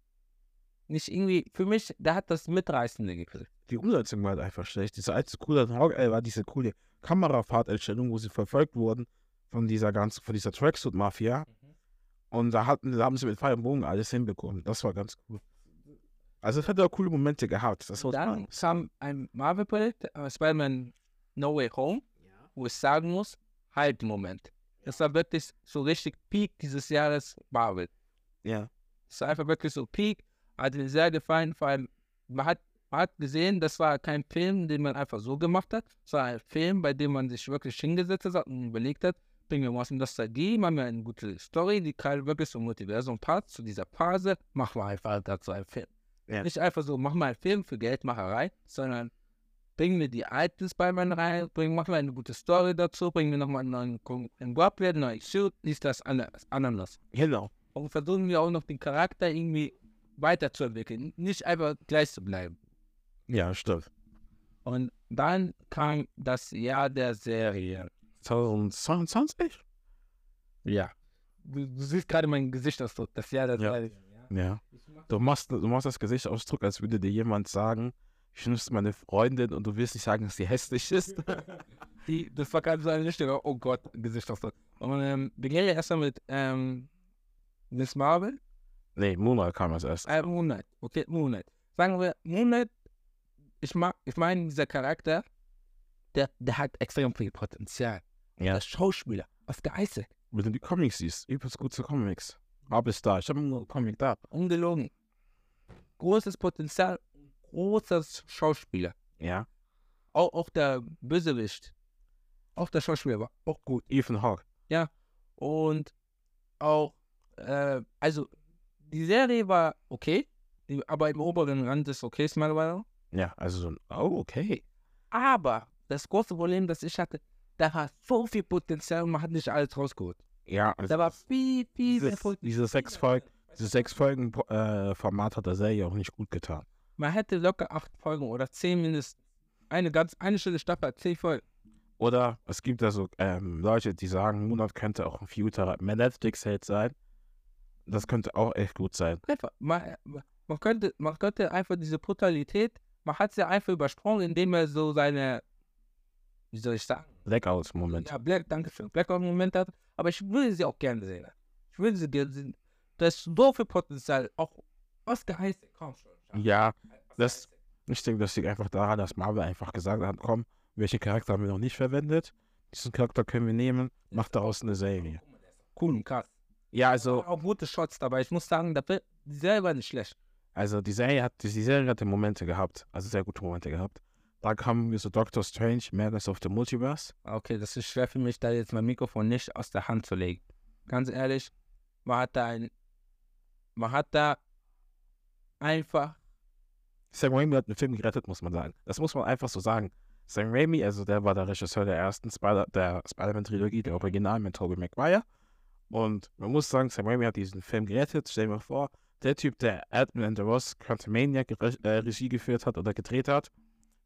Speaker 1: nicht irgendwie, für mich, da hat das Mitreißende gekriegt.
Speaker 2: die Umsetzung war halt einfach schlecht. Diese alte coole Hawkeye war diese coole Kamerafahrteinstellung, wo sie verfolgt wurden von dieser ganzen, von dieser Tracksuit-Mafia. Und da hatten, da haben sie mit Pfeil und Bogen alles hinbekommen. Das war ganz cool. Also es hat auch coole Momente gehabt. Das muss man-
Speaker 1: Dann kam ein Marvel-Projekt, äh, Spider-Man No Way Home, wo ich sagen muss, halt Moment. Das war wirklich so richtig Peak dieses Jahres Marvel.
Speaker 2: ja.
Speaker 1: Das war einfach wirklich so Peak, hat mir sehr gefallen, vor allem, man hat, man hat gesehen, das war kein Film, den man einfach so gemacht hat, es war ein Film, bei dem man sich wirklich hingesetzt hat und überlegt hat, bringen wir mal aus der Nostalgie, machen wir eine gute Story, die gerade wirklich zum Multiversum passt, zu dieser Phase, machen wir einfach dazu einen Film.
Speaker 2: Ja.
Speaker 1: Nicht einfach so, machen wir einen Film für Geldmacherei, sondern bringen wir die alten Spider-Man rein, bringen, machen wir eine gute Story dazu, bringen wir nochmal einen neuen Kon- einen Guapwert, einen neuen Shoot, dies, das, anders- anderes
Speaker 2: Genau.
Speaker 1: und versuchen wir auch noch den Charakter irgendwie weiterzuentwickeln, nicht einfach gleich zu bleiben.
Speaker 2: Ja, stimmt.
Speaker 1: Und Dann kam das Jahr der Serie.
Speaker 2: 2022?
Speaker 1: Ja. Du, du siehst gerade meinen Gesichtsausdruck. Das Jahr der
Speaker 2: Ja.
Speaker 1: Serie.
Speaker 2: Ja. Du machst, du machst das Gesicht ausdruck, als würde dir jemand sagen, ich nutze meine Freundin und du willst nicht sagen, dass sie hässlich ist.
Speaker 1: Die, das war gerade so eine richtige, oh Gott, Gesichtsausdruck. Und ähm, wir gehen ja erstmal mit ähm, Miss Marvel.
Speaker 2: nee, Moonlight kam als erst.
Speaker 1: Äh, Moon Knight. Okay, Moon Knight. Sagen wir, Moon Knight, ich, mag, ich meine, dieser Charakter, der, der hat extrem viel Potenzial.
Speaker 2: Ja.
Speaker 1: Der Schauspieler, Oscar Isaac,
Speaker 2: Wenn du die Comics siehst, übelst gute Comics. Hab es da. Ich habe einen Comic da.
Speaker 1: ungelogen. Großes Potenzial, großer Schauspieler.
Speaker 2: Ja.
Speaker 1: Auch, auch der Bösewicht. Auch der Schauspieler war auch gut.
Speaker 2: Ethan Hawke.
Speaker 1: Und auch, äh, also, die Serie war okay, die- aber im oberen Rand des Okays meiner Meinung nach.
Speaker 2: Ja, also so ein, oh, okay.
Speaker 1: Aber das große Problem, das ich hatte, da war so viel Potenzial und man hat nicht alles rausgeholt.
Speaker 2: Ja, also
Speaker 1: Da war viel, viel sehr
Speaker 2: dieses,
Speaker 1: viel.
Speaker 2: dieses sechs Folgen, dieses sechs Folgen äh, Format hat der Serie auch nicht gut getan.
Speaker 1: Man hätte locker acht Folgen oder zehn mindestens. Eine ganz, eine schöne Staffel, hat zehn Folgen.
Speaker 2: Oder es gibt da so ähm, Leute, die sagen, Moonlight könnte auch ein Future Netflix-Held sein. Das könnte auch echt gut sein.
Speaker 1: Einfach, man, äh, man, könnte, man könnte einfach diese Brutalität, man hat sie einfach übersprungen, indem er so seine, wie soll ich sagen,
Speaker 2: Blackouts-Moment.
Speaker 1: ja, Black, danke für Blackout-Moment hat. Aber ich würde sie auch gerne sehen. Ich würde sie gerne sehen. Da ist so viel Potenzial, auch Oscar Isaac, komm schon. Oscar
Speaker 2: Ja, das-
Speaker 1: Isaac.
Speaker 2: ich denke, das liegt einfach daran, dass Marvel einfach gesagt hat, komm, welchen Charakter haben wir noch nicht verwendet? Diesen Charakter können wir nehmen, mach daraus eine Serie.
Speaker 1: Cool und krass.
Speaker 2: Ja,
Speaker 1: So.
Speaker 2: also,
Speaker 1: Auch gute Shots dabei. Ich muss sagen, der Film selber nicht schlecht.
Speaker 2: also die Serie hat die Serie hatte Momente gehabt, also sehr gute Momente gehabt. Da kamen wir so Doctor Strange, Madness of the Multiverse.
Speaker 1: Okay, das ist schwer für mich, da jetzt mein Mikrofon nicht aus der Hand zu legen. Ganz ehrlich, man hat da ein. Man hat da einfach.
Speaker 2: Sam Raimi hat den Film gerettet, muss man sagen. Das muss man einfach so sagen. Sam Raimi, also der war der Regisseur der ersten Spider der Spider-Man-Trilogie, der Original mit Tobey Maguire. Und man muss sagen, Sam Raimi hat diesen Film gerettet. Stell dir mal vor, der Typ, der Admin and the Ross Quantumania gere- äh, Regie geführt hat oder gedreht hat,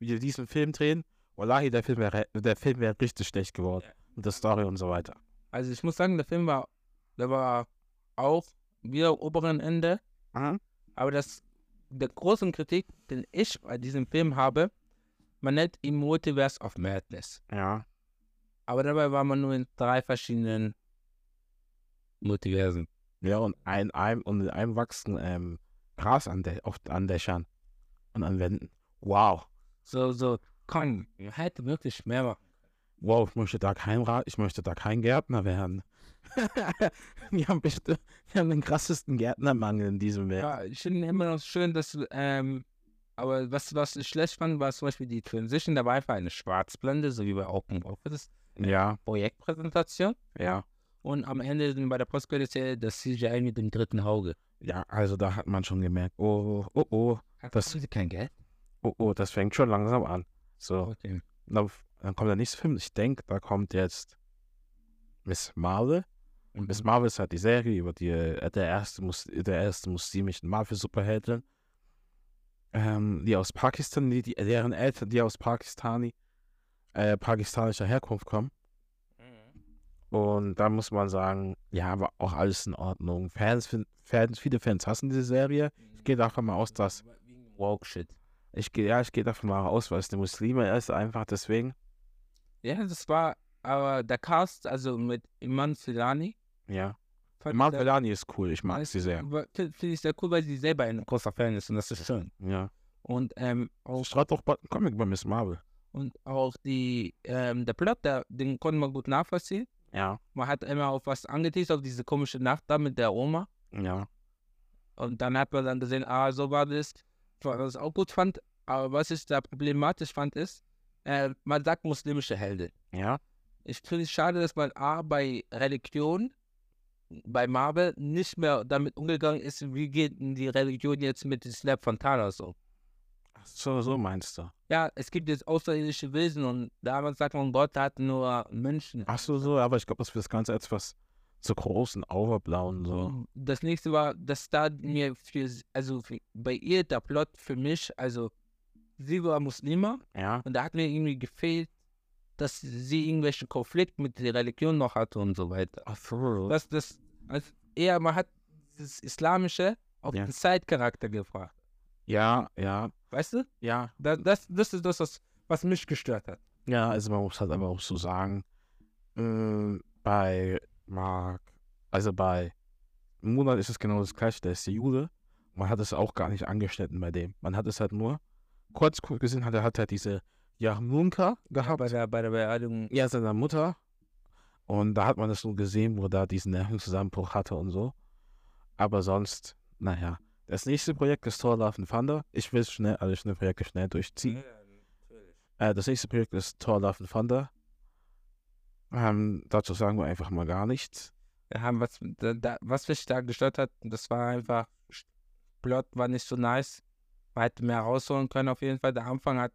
Speaker 2: wie die diesen Film drehen, wallahi, der Film wäre der Film wäre richtig schlecht geworden. Mit der Story und so weiter.
Speaker 1: Also ich muss sagen, der Film war. Der war auch wieder am oberen Ende. Aber das. Der großen Kritik, den ich bei diesem Film habe, man nennt ihn Multiverse of Madness.
Speaker 2: Ja.
Speaker 1: Aber dabei war man nur in drei verschiedenen Multiversen.
Speaker 2: Ja, und, ein, ein, und in einem wachsen ähm, Gras an, Dä- auf, an Dächern und an Wänden. Wow.
Speaker 1: So, so, komm, hätte wirklich mehr machen.
Speaker 2: wow, ich möchte da kein Ra ich möchte da kein Gärtner werden. wir, haben bestimmt, wir haben den krassesten Gärtnermangel in diesem Welt.
Speaker 1: Ja, ich finde immer noch schön, dass du, ähm, aber was, was ich schlecht fand, war zum Beispiel die Transition, da war einfach eine Schwarzblende, so wie bei Open Office
Speaker 2: Ja,
Speaker 1: Projektpräsentation.
Speaker 2: ja.
Speaker 1: Und am Ende sind bei der Postquelle das CGI mit dem dritten Auge.
Speaker 2: Ja, also da hat man schon gemerkt, oh, oh, oh, Das-
Speaker 1: haben sie kein Geld?
Speaker 2: oh, oh, das fängt schon langsam an. So,
Speaker 1: Okay.
Speaker 2: dann, dann kommt der nächste Film. Ich denke, da kommt jetzt Miss Marvel.
Speaker 1: Und
Speaker 2: Miss Marvel ist halt die Serie über die, äh, der erste, Mus der erste muslimischen Marvel-Superheldin, ähm, die aus Pakistan, die, die, deren Eltern, die aus Pakistani, äh, pakistanischer Herkunft kommen.
Speaker 1: Mhm.
Speaker 2: Und da muss man sagen, ja, war auch alles in Ordnung. Fans, fin- Fans viele Fans hassen diese Serie. Ich gehe davon mal aus, dass,
Speaker 1: Woke Shit.
Speaker 2: ich gehe, ja, ich gehe davon mal aus, weil es eine Muslime ist, einfach deswegen.
Speaker 1: Ja, das war, aber der Cast, also mit Iman Filani.
Speaker 2: Ja.
Speaker 1: fand ich
Speaker 2: Mark
Speaker 1: sehr-
Speaker 2: Velani ist cool, ich mag
Speaker 1: Alles
Speaker 2: sie sehr.
Speaker 1: Aber fi- Finde ich sehr cool, weil sie selber ein großer Fan ist und das ist schön.
Speaker 2: Ja.
Speaker 1: Und ähm, auch,
Speaker 2: Schreibt doch bald einen Comic bei Miss Marvel.
Speaker 1: und auch die, ähm, der Plot, der, den konnte man gut nachvollziehen.
Speaker 2: Ja.
Speaker 1: Man hat immer auf was angeteased, auf diese komische Nacht da mit der Oma.
Speaker 2: Ja.
Speaker 1: Und dann hat man dann gesehen, ah, so war das. Was ich auch gut fand, aber was ich da problematisch fand, ist, äh, man sagt muslimische Helden.
Speaker 2: Ja.
Speaker 1: Ich finde es schade, dass man A, bei Religion, bei Marvel, nicht mehr damit umgegangen ist, wie geht denn die Religion jetzt mit dem Slap von Thanos um.
Speaker 2: Ach So, so meinst du.
Speaker 1: ja, es gibt jetzt außerirdische Wesen und damals sagt man, Gott hat nur Menschen.
Speaker 2: Ach so, so, aber ich glaube, dass wir das Ganze etwas zu großen Overblauen so.
Speaker 1: Das nächste war, dass da mir für, also für, bei ihr der Plot für mich, also Silber Muslima
Speaker 2: Ja.
Speaker 1: und da hat mir irgendwie gefehlt, dass sie irgendwelchen Konflikt mit der Religion noch hatte und so weiter.
Speaker 2: Ach so.
Speaker 1: dass das als eher man hat das Islamische auf
Speaker 2: Ja.
Speaker 1: den Zeitcharakter gefragt.
Speaker 2: Ja, ja,
Speaker 1: Weißt du?
Speaker 2: ja.
Speaker 1: Da- Das, das ist das, was, was mich gestört hat.
Speaker 2: Ja, also man muss halt aber auch so sagen, ähm, bei Mark, also bei Mulan ist es genau das gleiche, der ist der Jude. Man hat es auch gar nicht angeschnitten bei dem. Man hat es halt nur kurz kurz gesehen, hat er hat halt diese Yarmulka gehabt.
Speaker 1: Bei der, bei der Beerdigung.
Speaker 2: Ja, seiner Mutter. Und da hat man das so gesehen, wo da diesen Nervenzusammenbruch hatte und so. Aber sonst, naja. Das nächste Projekt ist Thor Love and Thunder. Ich will schnell, alle schnell Projekte schnell
Speaker 1: Mhm.
Speaker 2: durchziehen. Äh, das nächste Projekt ist Thor Love and Thunder. Ähm, dazu sagen wir einfach mal gar nichts.
Speaker 1: Wir haben was, da, da, was mich da gestört hat, das war einfach, Plot war nicht so nice. Man hätte mehr rausholen können auf jeden Fall. Der Anfang hat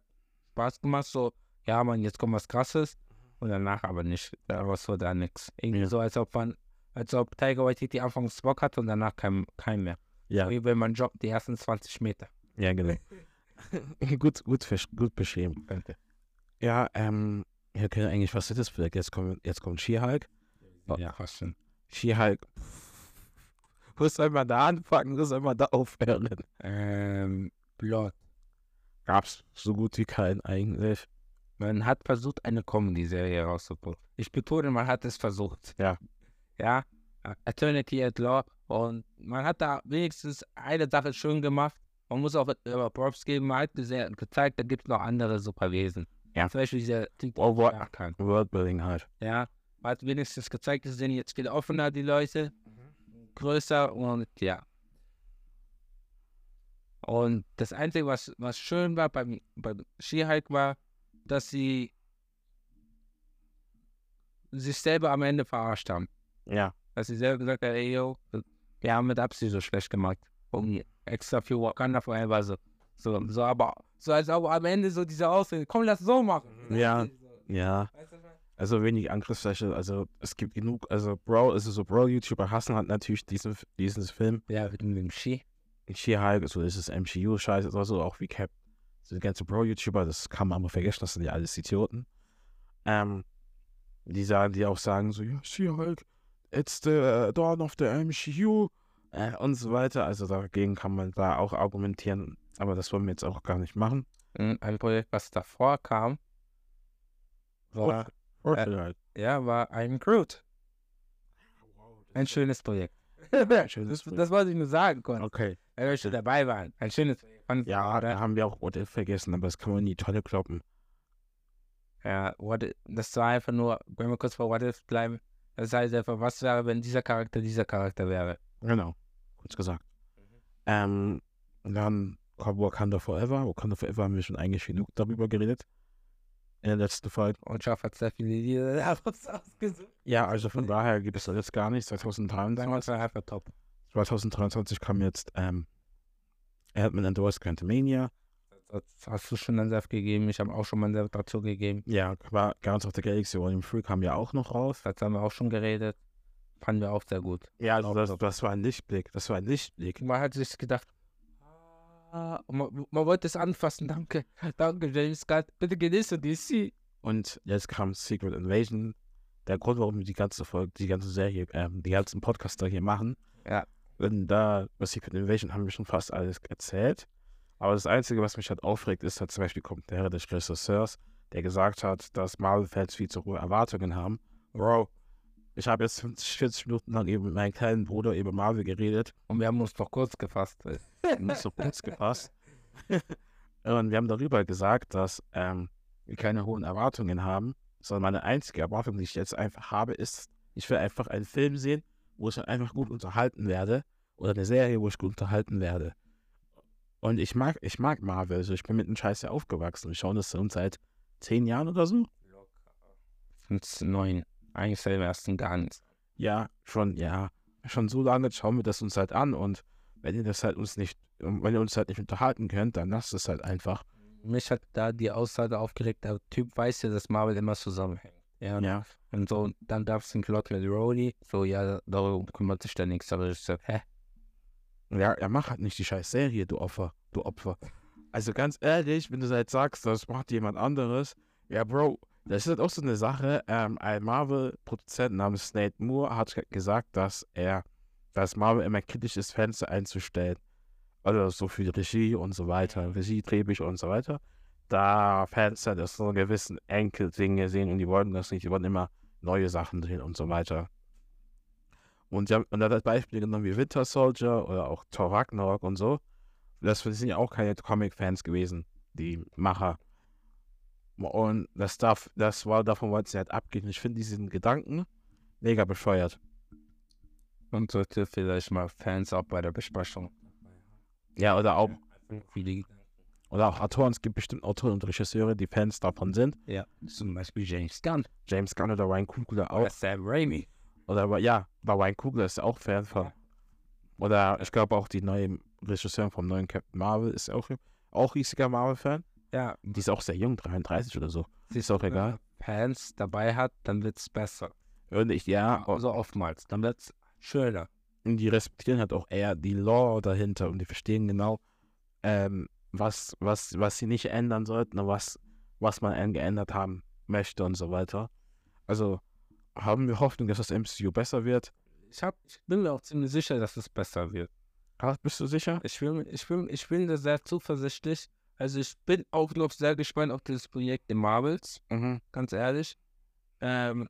Speaker 1: Spaß gemacht, so, ja man, jetzt kommt was krasses. Und danach aber nicht. Da war so da nix. Irgendwie
Speaker 2: Ja.
Speaker 1: so, als ob man, als ob Tiger Waititi anfangs Bock hatte und danach kein, kein mehr.
Speaker 2: Ja,
Speaker 1: Wie wenn man joggt, die ersten 20 Meter.
Speaker 2: ja genau. gut, gut, versch- gut beschrieben.
Speaker 1: Danke.
Speaker 2: Ja, ähm, wir können eigentlich, was ist das Projekt? Jetzt kommt, jetzt kommt She-Hulk.
Speaker 1: Ja, fast schon.
Speaker 2: She-Hulk. Wo soll man da anfangen? Wo soll man da aufhören?
Speaker 1: Ähm, Plot.
Speaker 2: gab es so gut wie äh, keinen eigentlich.
Speaker 1: Man hat versucht, eine Comedy-Serie herauszubringen. Ich betone, man hat es versucht.
Speaker 2: Ja.
Speaker 1: Ja. Eternity at Law. Und man hat da wenigstens eine Sache schön gemacht. Man muss auch äh, Props geben. Man hat gese- gezeigt, da gibt es noch andere Superwesen.
Speaker 2: Ja.
Speaker 1: Zum Beispiel dieser Typ, der
Speaker 2: Oh, wo-
Speaker 1: schlafen kann.
Speaker 2: Worldbuilding halt.
Speaker 1: Ja. Man hat wenigstens gezeigt, es sind jetzt viel offener, die Leute. Größer und ja. Und das Einzige, was, was schön war beim, beim Skihike war, dass sie sich selber am Ende verarscht haben.
Speaker 2: Ja.
Speaker 1: Dass sie selber gesagt haben, ey, yo, wir haben mit Absicht so schlecht gemacht. Um extra für Wakanda Forever so. So, so aber, so als ob am Ende so diese Aussehen, komm, lass so machen.
Speaker 2: Ja. Ja.
Speaker 1: Weißt du, was ich meine?
Speaker 2: Also wenig Angriffsfläche. Also es gibt genug. Also Bro, also so Bro-YouTuber Hassen hat natürlich diesen, diesen Film.
Speaker 1: Ja, mit dem Ski.
Speaker 2: She-Hulk, halt, so ist es MCU-Scheiße, also auch wie Cap. So die ganze Bro-YouTuber, das kann man aber vergessen, das sind ja alles Idioten. Ähm, die sagen, die auch sagen so, ja, She-Hulk, it's the äh, dawn of the MCU äh, und so weiter. Also dagegen kann man da auch argumentieren, aber das wollen wir jetzt auch gar nicht machen.
Speaker 1: Mm, ein Projekt, was davor kam, war,
Speaker 2: Oder
Speaker 1: Äh, ja, war ein Groot. Ein schönes Projekt.
Speaker 2: schönes
Speaker 1: das, das wollte ich nur sagen, konnte.
Speaker 2: Okay.
Speaker 1: Weil wir schon dabei waren. Ein schönes Projekt. Fand-
Speaker 2: Ja, da
Speaker 1: oder?
Speaker 2: haben wir auch What If vergessen, aber das kann man in die Tonne kloppen.
Speaker 1: ja what, i- das war einfach nur, wenn wir kurz vor What If bleiben, das heißt einfach, was wäre, wenn dieser Charakter dieser Charakter wäre.
Speaker 2: Genau. Kurz gesagt. Ähm, und dann kommt Wakanda Forever. Wakanda Forever haben wir schon eigentlich genug darüber geredet. In der letzten Folge.
Speaker 1: Und Schaff hat sehr viele Lieder daraus ausgesucht.
Speaker 2: Ja, also von daher gibt es da jetzt gar nichts. 2023,
Speaker 1: Das war einfach top.
Speaker 2: 2023 kam jetzt ähm, Erdman and Doris Quantumania.
Speaker 1: Das hast du schon einen Saft gegeben, ich habe auch schon meinen Saft dazu gegeben.
Speaker 2: Ja, war Guardians of the Galaxy Volume 3 kam ja auch noch raus.
Speaker 1: Das haben wir auch schon geredet. Fanden wir auch sehr gut.
Speaker 2: Ja, also das, das war ein Lichtblick. Das war ein Lichtblick.
Speaker 1: Man hat sich gedacht, ah, und man, man wollte es anfassen, danke, danke James Gunn, bitte genieße DC.
Speaker 2: Und jetzt kam Secret Invasion. Der Grund, warum wir die ganze Folge, die ganze Serie, ähm, die ganzen Podcaster hier machen.
Speaker 1: Ja.
Speaker 2: Und da, bei Secret Invasion haben wir schon fast alles erzählt. Aber das Einzige, was mich halt aufregt, ist halt zum Beispiel Kommentare des Regisseurs, der gesagt hat, dass Marvel-Fans viel zu hohe Erwartungen haben. Bro, ich habe jetzt 50, 40 Minuten lang eben mit meinem kleinen Bruder über Marvel geredet.
Speaker 1: Und wir haben uns doch kurz gefasst. äh,
Speaker 2: Nicht so kurz gepasst. Und wir haben darüber gesagt, dass ähm, wir keine hohen Erwartungen haben, sondern meine einzige Erwartung, die ich jetzt einfach habe, ist, ich will einfach einen Film sehen, wo ich einfach gut unterhalten werde oder eine Serie, wo ich gut unterhalten werde. Und ich mag, ich mag Marvel, also ich bin mit dem Scheiß ja aufgewachsen. Ich schaue das schon seit zehn Jahren oder so.
Speaker 1: 15, eigentlich seit dem ersten gar nichts.
Speaker 2: Ja, schon, ja, schon so lange schauen wir das uns halt an und wenn ihr das halt uns nicht, wenn ihr uns halt nicht unterhalten könnt, dann lasst es halt einfach.
Speaker 1: Mich hat da die Aussage aufgeregt, der Typ weiß ja, dass Marvel immer zusammenhängt. Ja, und,
Speaker 2: Ja.
Speaker 1: und so, und dann gab es den Claude Rowley, so, ja, darum kümmert sich der nichts, aber ich so, hä?
Speaker 2: Ja, er macht halt nicht die scheiß Serie, du Opfer, du Opfer. Also ganz ehrlich, wenn du halt sagst, das macht jemand anderes, ja, Bro, das ist halt auch so eine Sache. Ähm, ein Marvel-Produzent namens Nate Moore hat gesagt, dass er, dass Marvel immer kritisch ist, Fans einzustellen. Also so für die Regie und so weiter, Regie, Drehbücher und so weiter. Da Fans halt erst so einen gewissen Enkel-Dinge sehen und die wollen das nicht, die wollen immer neue Sachen drehen und so weiter. Und, ja, und da hat er Beispiele genommen wie Winter Soldier oder auch Thor Ragnarok und so. Das sind ja auch keine Comic-Fans gewesen, die Macher. Und das, darf, das war, davon wollten sie halt abgehen. Ich finde diesen Gedanken mega bescheuert.
Speaker 1: Man sollte vielleicht mal Fans auch bei der Besprechung.
Speaker 2: Ja, oder auch,
Speaker 1: Viele,
Speaker 2: oder auch Autoren. Es gibt bestimmt Autoren und Regisseure, die Fans davon sind.
Speaker 1: ja, zum Beispiel James Gunn
Speaker 2: James Gunn oder Ryan Coogler auch.
Speaker 1: oder Sam Raimi.
Speaker 2: Oder aber- ja, bei Ryan Coogler ist er auch Fan von. Oder ich glaube auch die neue Regisseurin vom neuen Captain Marvel ist auch, auch riesiger Marvel-Fan.
Speaker 1: Ja,
Speaker 2: Die ist auch sehr jung, 33 oder so. Ist auch egal.
Speaker 1: Fans dabei hat, dann wird es besser.
Speaker 2: Und ich, ja, und
Speaker 1: Also oftmals, dann wird es schöner.
Speaker 2: die respektieren halt auch eher die Lore dahinter und die verstehen genau, ähm, was, was, was sie nicht ändern sollten und was, was man an- geändert haben möchte und so weiter. Also haben wir Hoffnung, dass das MCU besser wird.
Speaker 1: Ich, hab, ich bin mir auch ziemlich sicher, dass es besser wird.
Speaker 2: Ah, Bist du sicher?
Speaker 1: Ich bin, ich bin, ich bin da sehr zuversichtlich. Also ich bin auch noch sehr gespannt auf dieses Projekt der Marvels,
Speaker 2: Mhm.
Speaker 1: ganz ehrlich. Ähm,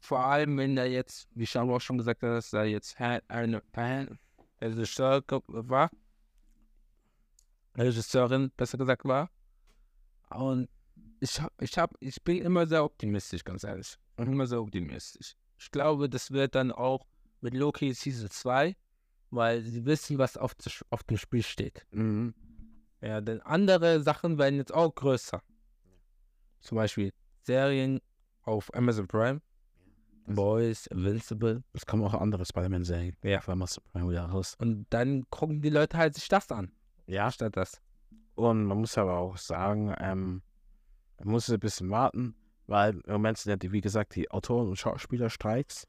Speaker 1: vor allem, wenn da jetzt, wie Schamu auch schon gesagt hat, dass da jetzt Han- eine Fan, Regisseur ge- war. Regisseurin, besser gesagt, war. Und ich, hab, ich, hab, ich bin immer sehr optimistisch, ganz ehrlich.
Speaker 2: Mhm.
Speaker 1: Ich bin immer sehr optimistisch. Ich glaube, das wird dann auch mit Loki Season 2 weil sie wissen, was auf, zu- auf dem Spiel steht.
Speaker 2: Mhm.
Speaker 1: Ja, denn andere Sachen werden jetzt auch größer. Zum Beispiel Serien auf Amazon Prime, Boys, Invincible.
Speaker 2: Es kommen auch andere Spider-Man-Serien.
Speaker 1: Ja.
Speaker 2: Auf einmal ist Superman wieder raus.
Speaker 1: Und dann gucken die Leute halt sich das an,
Speaker 2: Ja.
Speaker 1: statt das.
Speaker 2: Und man muss aber auch sagen, ähm, man muss ein bisschen warten, weil im Moment sind ja, die, wie gesagt, die Autoren- und Schauspielerstreiks.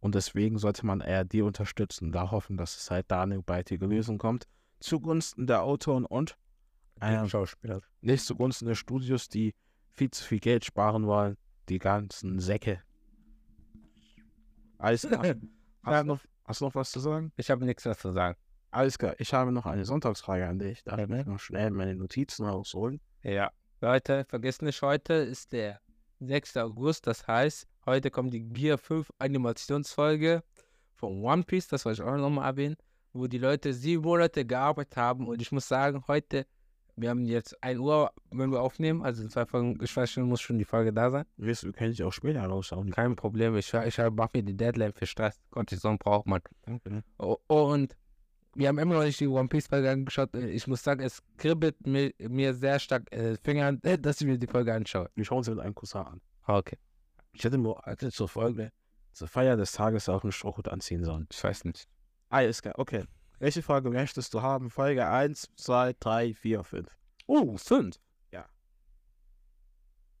Speaker 2: Und deswegen sollte man eher die unterstützen und da hoffen, dass es halt da eine baldige Lösung kommt. Zugunsten der Autoren und ähm,
Speaker 1: Schauspieler.
Speaker 2: nicht zugunsten der Studios, die viel zu viel Geld sparen wollen. Die ganzen Säcke. Alles klar. Hast, du noch, hast du noch was zu sagen?
Speaker 1: Ich habe nichts mehr zu sagen.
Speaker 2: Alles klar, ich habe noch eine Sonntagsfrage an dich. Darf ich noch schnell meine Notizen rausholen?
Speaker 1: Ja. Leute, vergesst nicht, heute ist der 6. August. Das heißt, heute kommt die Gear 5 Animationsfolge von One Piece. Das wollte ich auch nochmal erwähnen, wo die Leute sieben Monate gearbeitet haben. Und ich muss sagen, heute, wir haben jetzt 1 Uhr, wenn wir aufnehmen. Also in zwei Folgen, ich weiß schon, muss schon die Folge da sein.
Speaker 2: Wirst du, kann ich auch später raushauen.
Speaker 1: Kein Problem. Ich, ich mache mir die Deadline für Stress. Cortison braucht man. O- Und wir haben immer noch nicht die One Piece Folge angeschaut. Ich muss sagen, es kribbelt mir, mir sehr stark äh, Fingern, dass ich mir die Folge anschaue. Ah,
Speaker 2: Wir schauen uns mit einem Cousin an.
Speaker 1: Okay.
Speaker 2: Ich hätte mir also zur Folge, zur Feier des Tages auch einen Strohhut anziehen sollen.
Speaker 1: Ich weiß nicht.
Speaker 2: Alles klar, okay. Welche Folge möchtest du haben? Folge 1, 2, 3, 4, 5.
Speaker 1: Oh, fünf.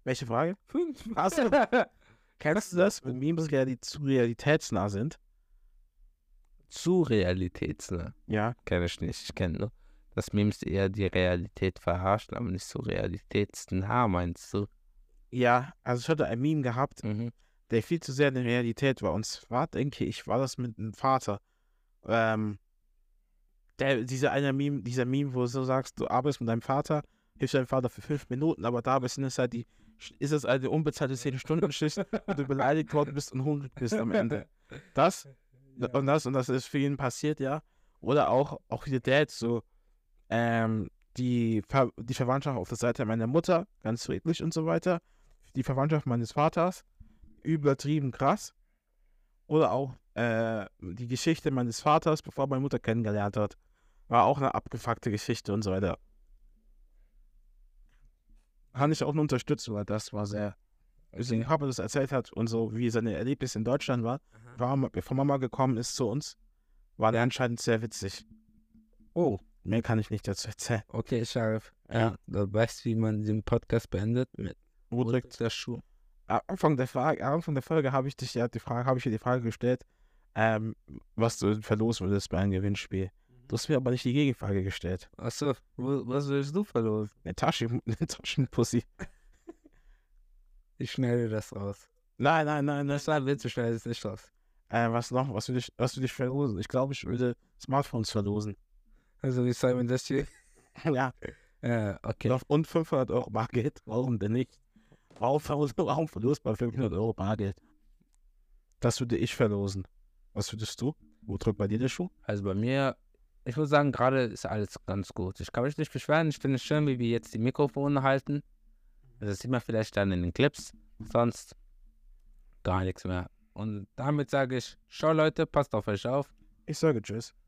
Speaker 2: Welche Frage?
Speaker 1: Fünf.
Speaker 2: Hast du, kennst du das, wenn Memes reali- zu realitätsnah sind?
Speaker 1: Zu realitätsnah.
Speaker 2: Ja.
Speaker 1: Kenne ich nicht. Ich kenne nur, dass Memes eher die Realität verharschen, aber nicht so realitätsnah, meinst du?
Speaker 2: Ja, also ich hatte ein Meme gehabt,
Speaker 1: Mhm.
Speaker 2: der viel zu sehr in der Realität war. Und zwar denke ich, war das mit einem Vater. Ähm, der, dieser eine Meme, dieser Meme, wo du so sagst, du arbeitest mit deinem Vater, hilfst deinem Vater für fünf Minuten, aber da bist es halt die, ist es eine unbezahlte 10 Stunden Schicht, wo du beleidigt worden bist und hungrig bist am Ende. Das und das und das ist vielen passiert, ja. Oder auch auch die Dads so ähm, die Ver die Verwandtschaft auf der Seite meiner Mutter ganz friedlich und so weiter. Die Verwandtschaft meines Vaters übertrieben krass. Oder auch äh, die Geschichte meines Vaters, bevor meine Mutter kennengelernt hat, war auch eine abgefuckte Geschichte und so weiter. Kann ich auch nur unterstützen, weil das war sehr. Deswegen Papa das erzählt hat und so, wie seine Erlebnisse in Deutschland war, war bevor Mama gekommen ist zu uns, war der anscheinend sehr witzig.
Speaker 1: Oh,
Speaker 2: Mehr kann ich nicht dazu erzählen.
Speaker 1: okay, Sheriff.
Speaker 2: Ja.
Speaker 1: Du weißt, wie man den Podcast beendet mit
Speaker 2: Rudrick,
Speaker 1: der Schuh.
Speaker 2: am Anfang der Frage, am Anfang der Folge habe ich dich ja die Frage, habe ich dir die Frage gestellt, ähm, was du verlosen würdest bei einem Gewinnspiel. Du hast mir aber nicht die Gegenfrage gestellt.
Speaker 1: Achso, wo- was willst du verloren?
Speaker 2: Eine, Taschen, eine Taschenpussy.
Speaker 1: Ich schneide das raus.
Speaker 2: Nein, nein, nein, nein.
Speaker 1: Das war ein Witz, ich schneide es nicht raus.
Speaker 2: Äh, was noch? Was würde ich, was würde ich verlosen? Ich glaube, ich würde Smartphones verlosen.
Speaker 1: Also wie Simon das hier.
Speaker 2: ja.
Speaker 1: Äh, okay.
Speaker 2: Noch- Und 500 Euro Bargeld. Warum denn nicht? Warum, verlos- warum verlost man 500 Euro Bargeld? Das würde ich verlosen. Was würdest du? Wo drückt bei dir der Schuh?
Speaker 1: Also bei mir, ich muss sagen, gerade ist alles ganz gut. Ich kann mich nicht beschweren. Ich finde es schön, wie wir jetzt die Mikrofone halten. Also Das sieht man vielleicht dann in den Clips. Sonst gar nichts mehr. Und damit sage ich, schau Leute, passt auf euch auf.
Speaker 2: Ich sage Tschüss.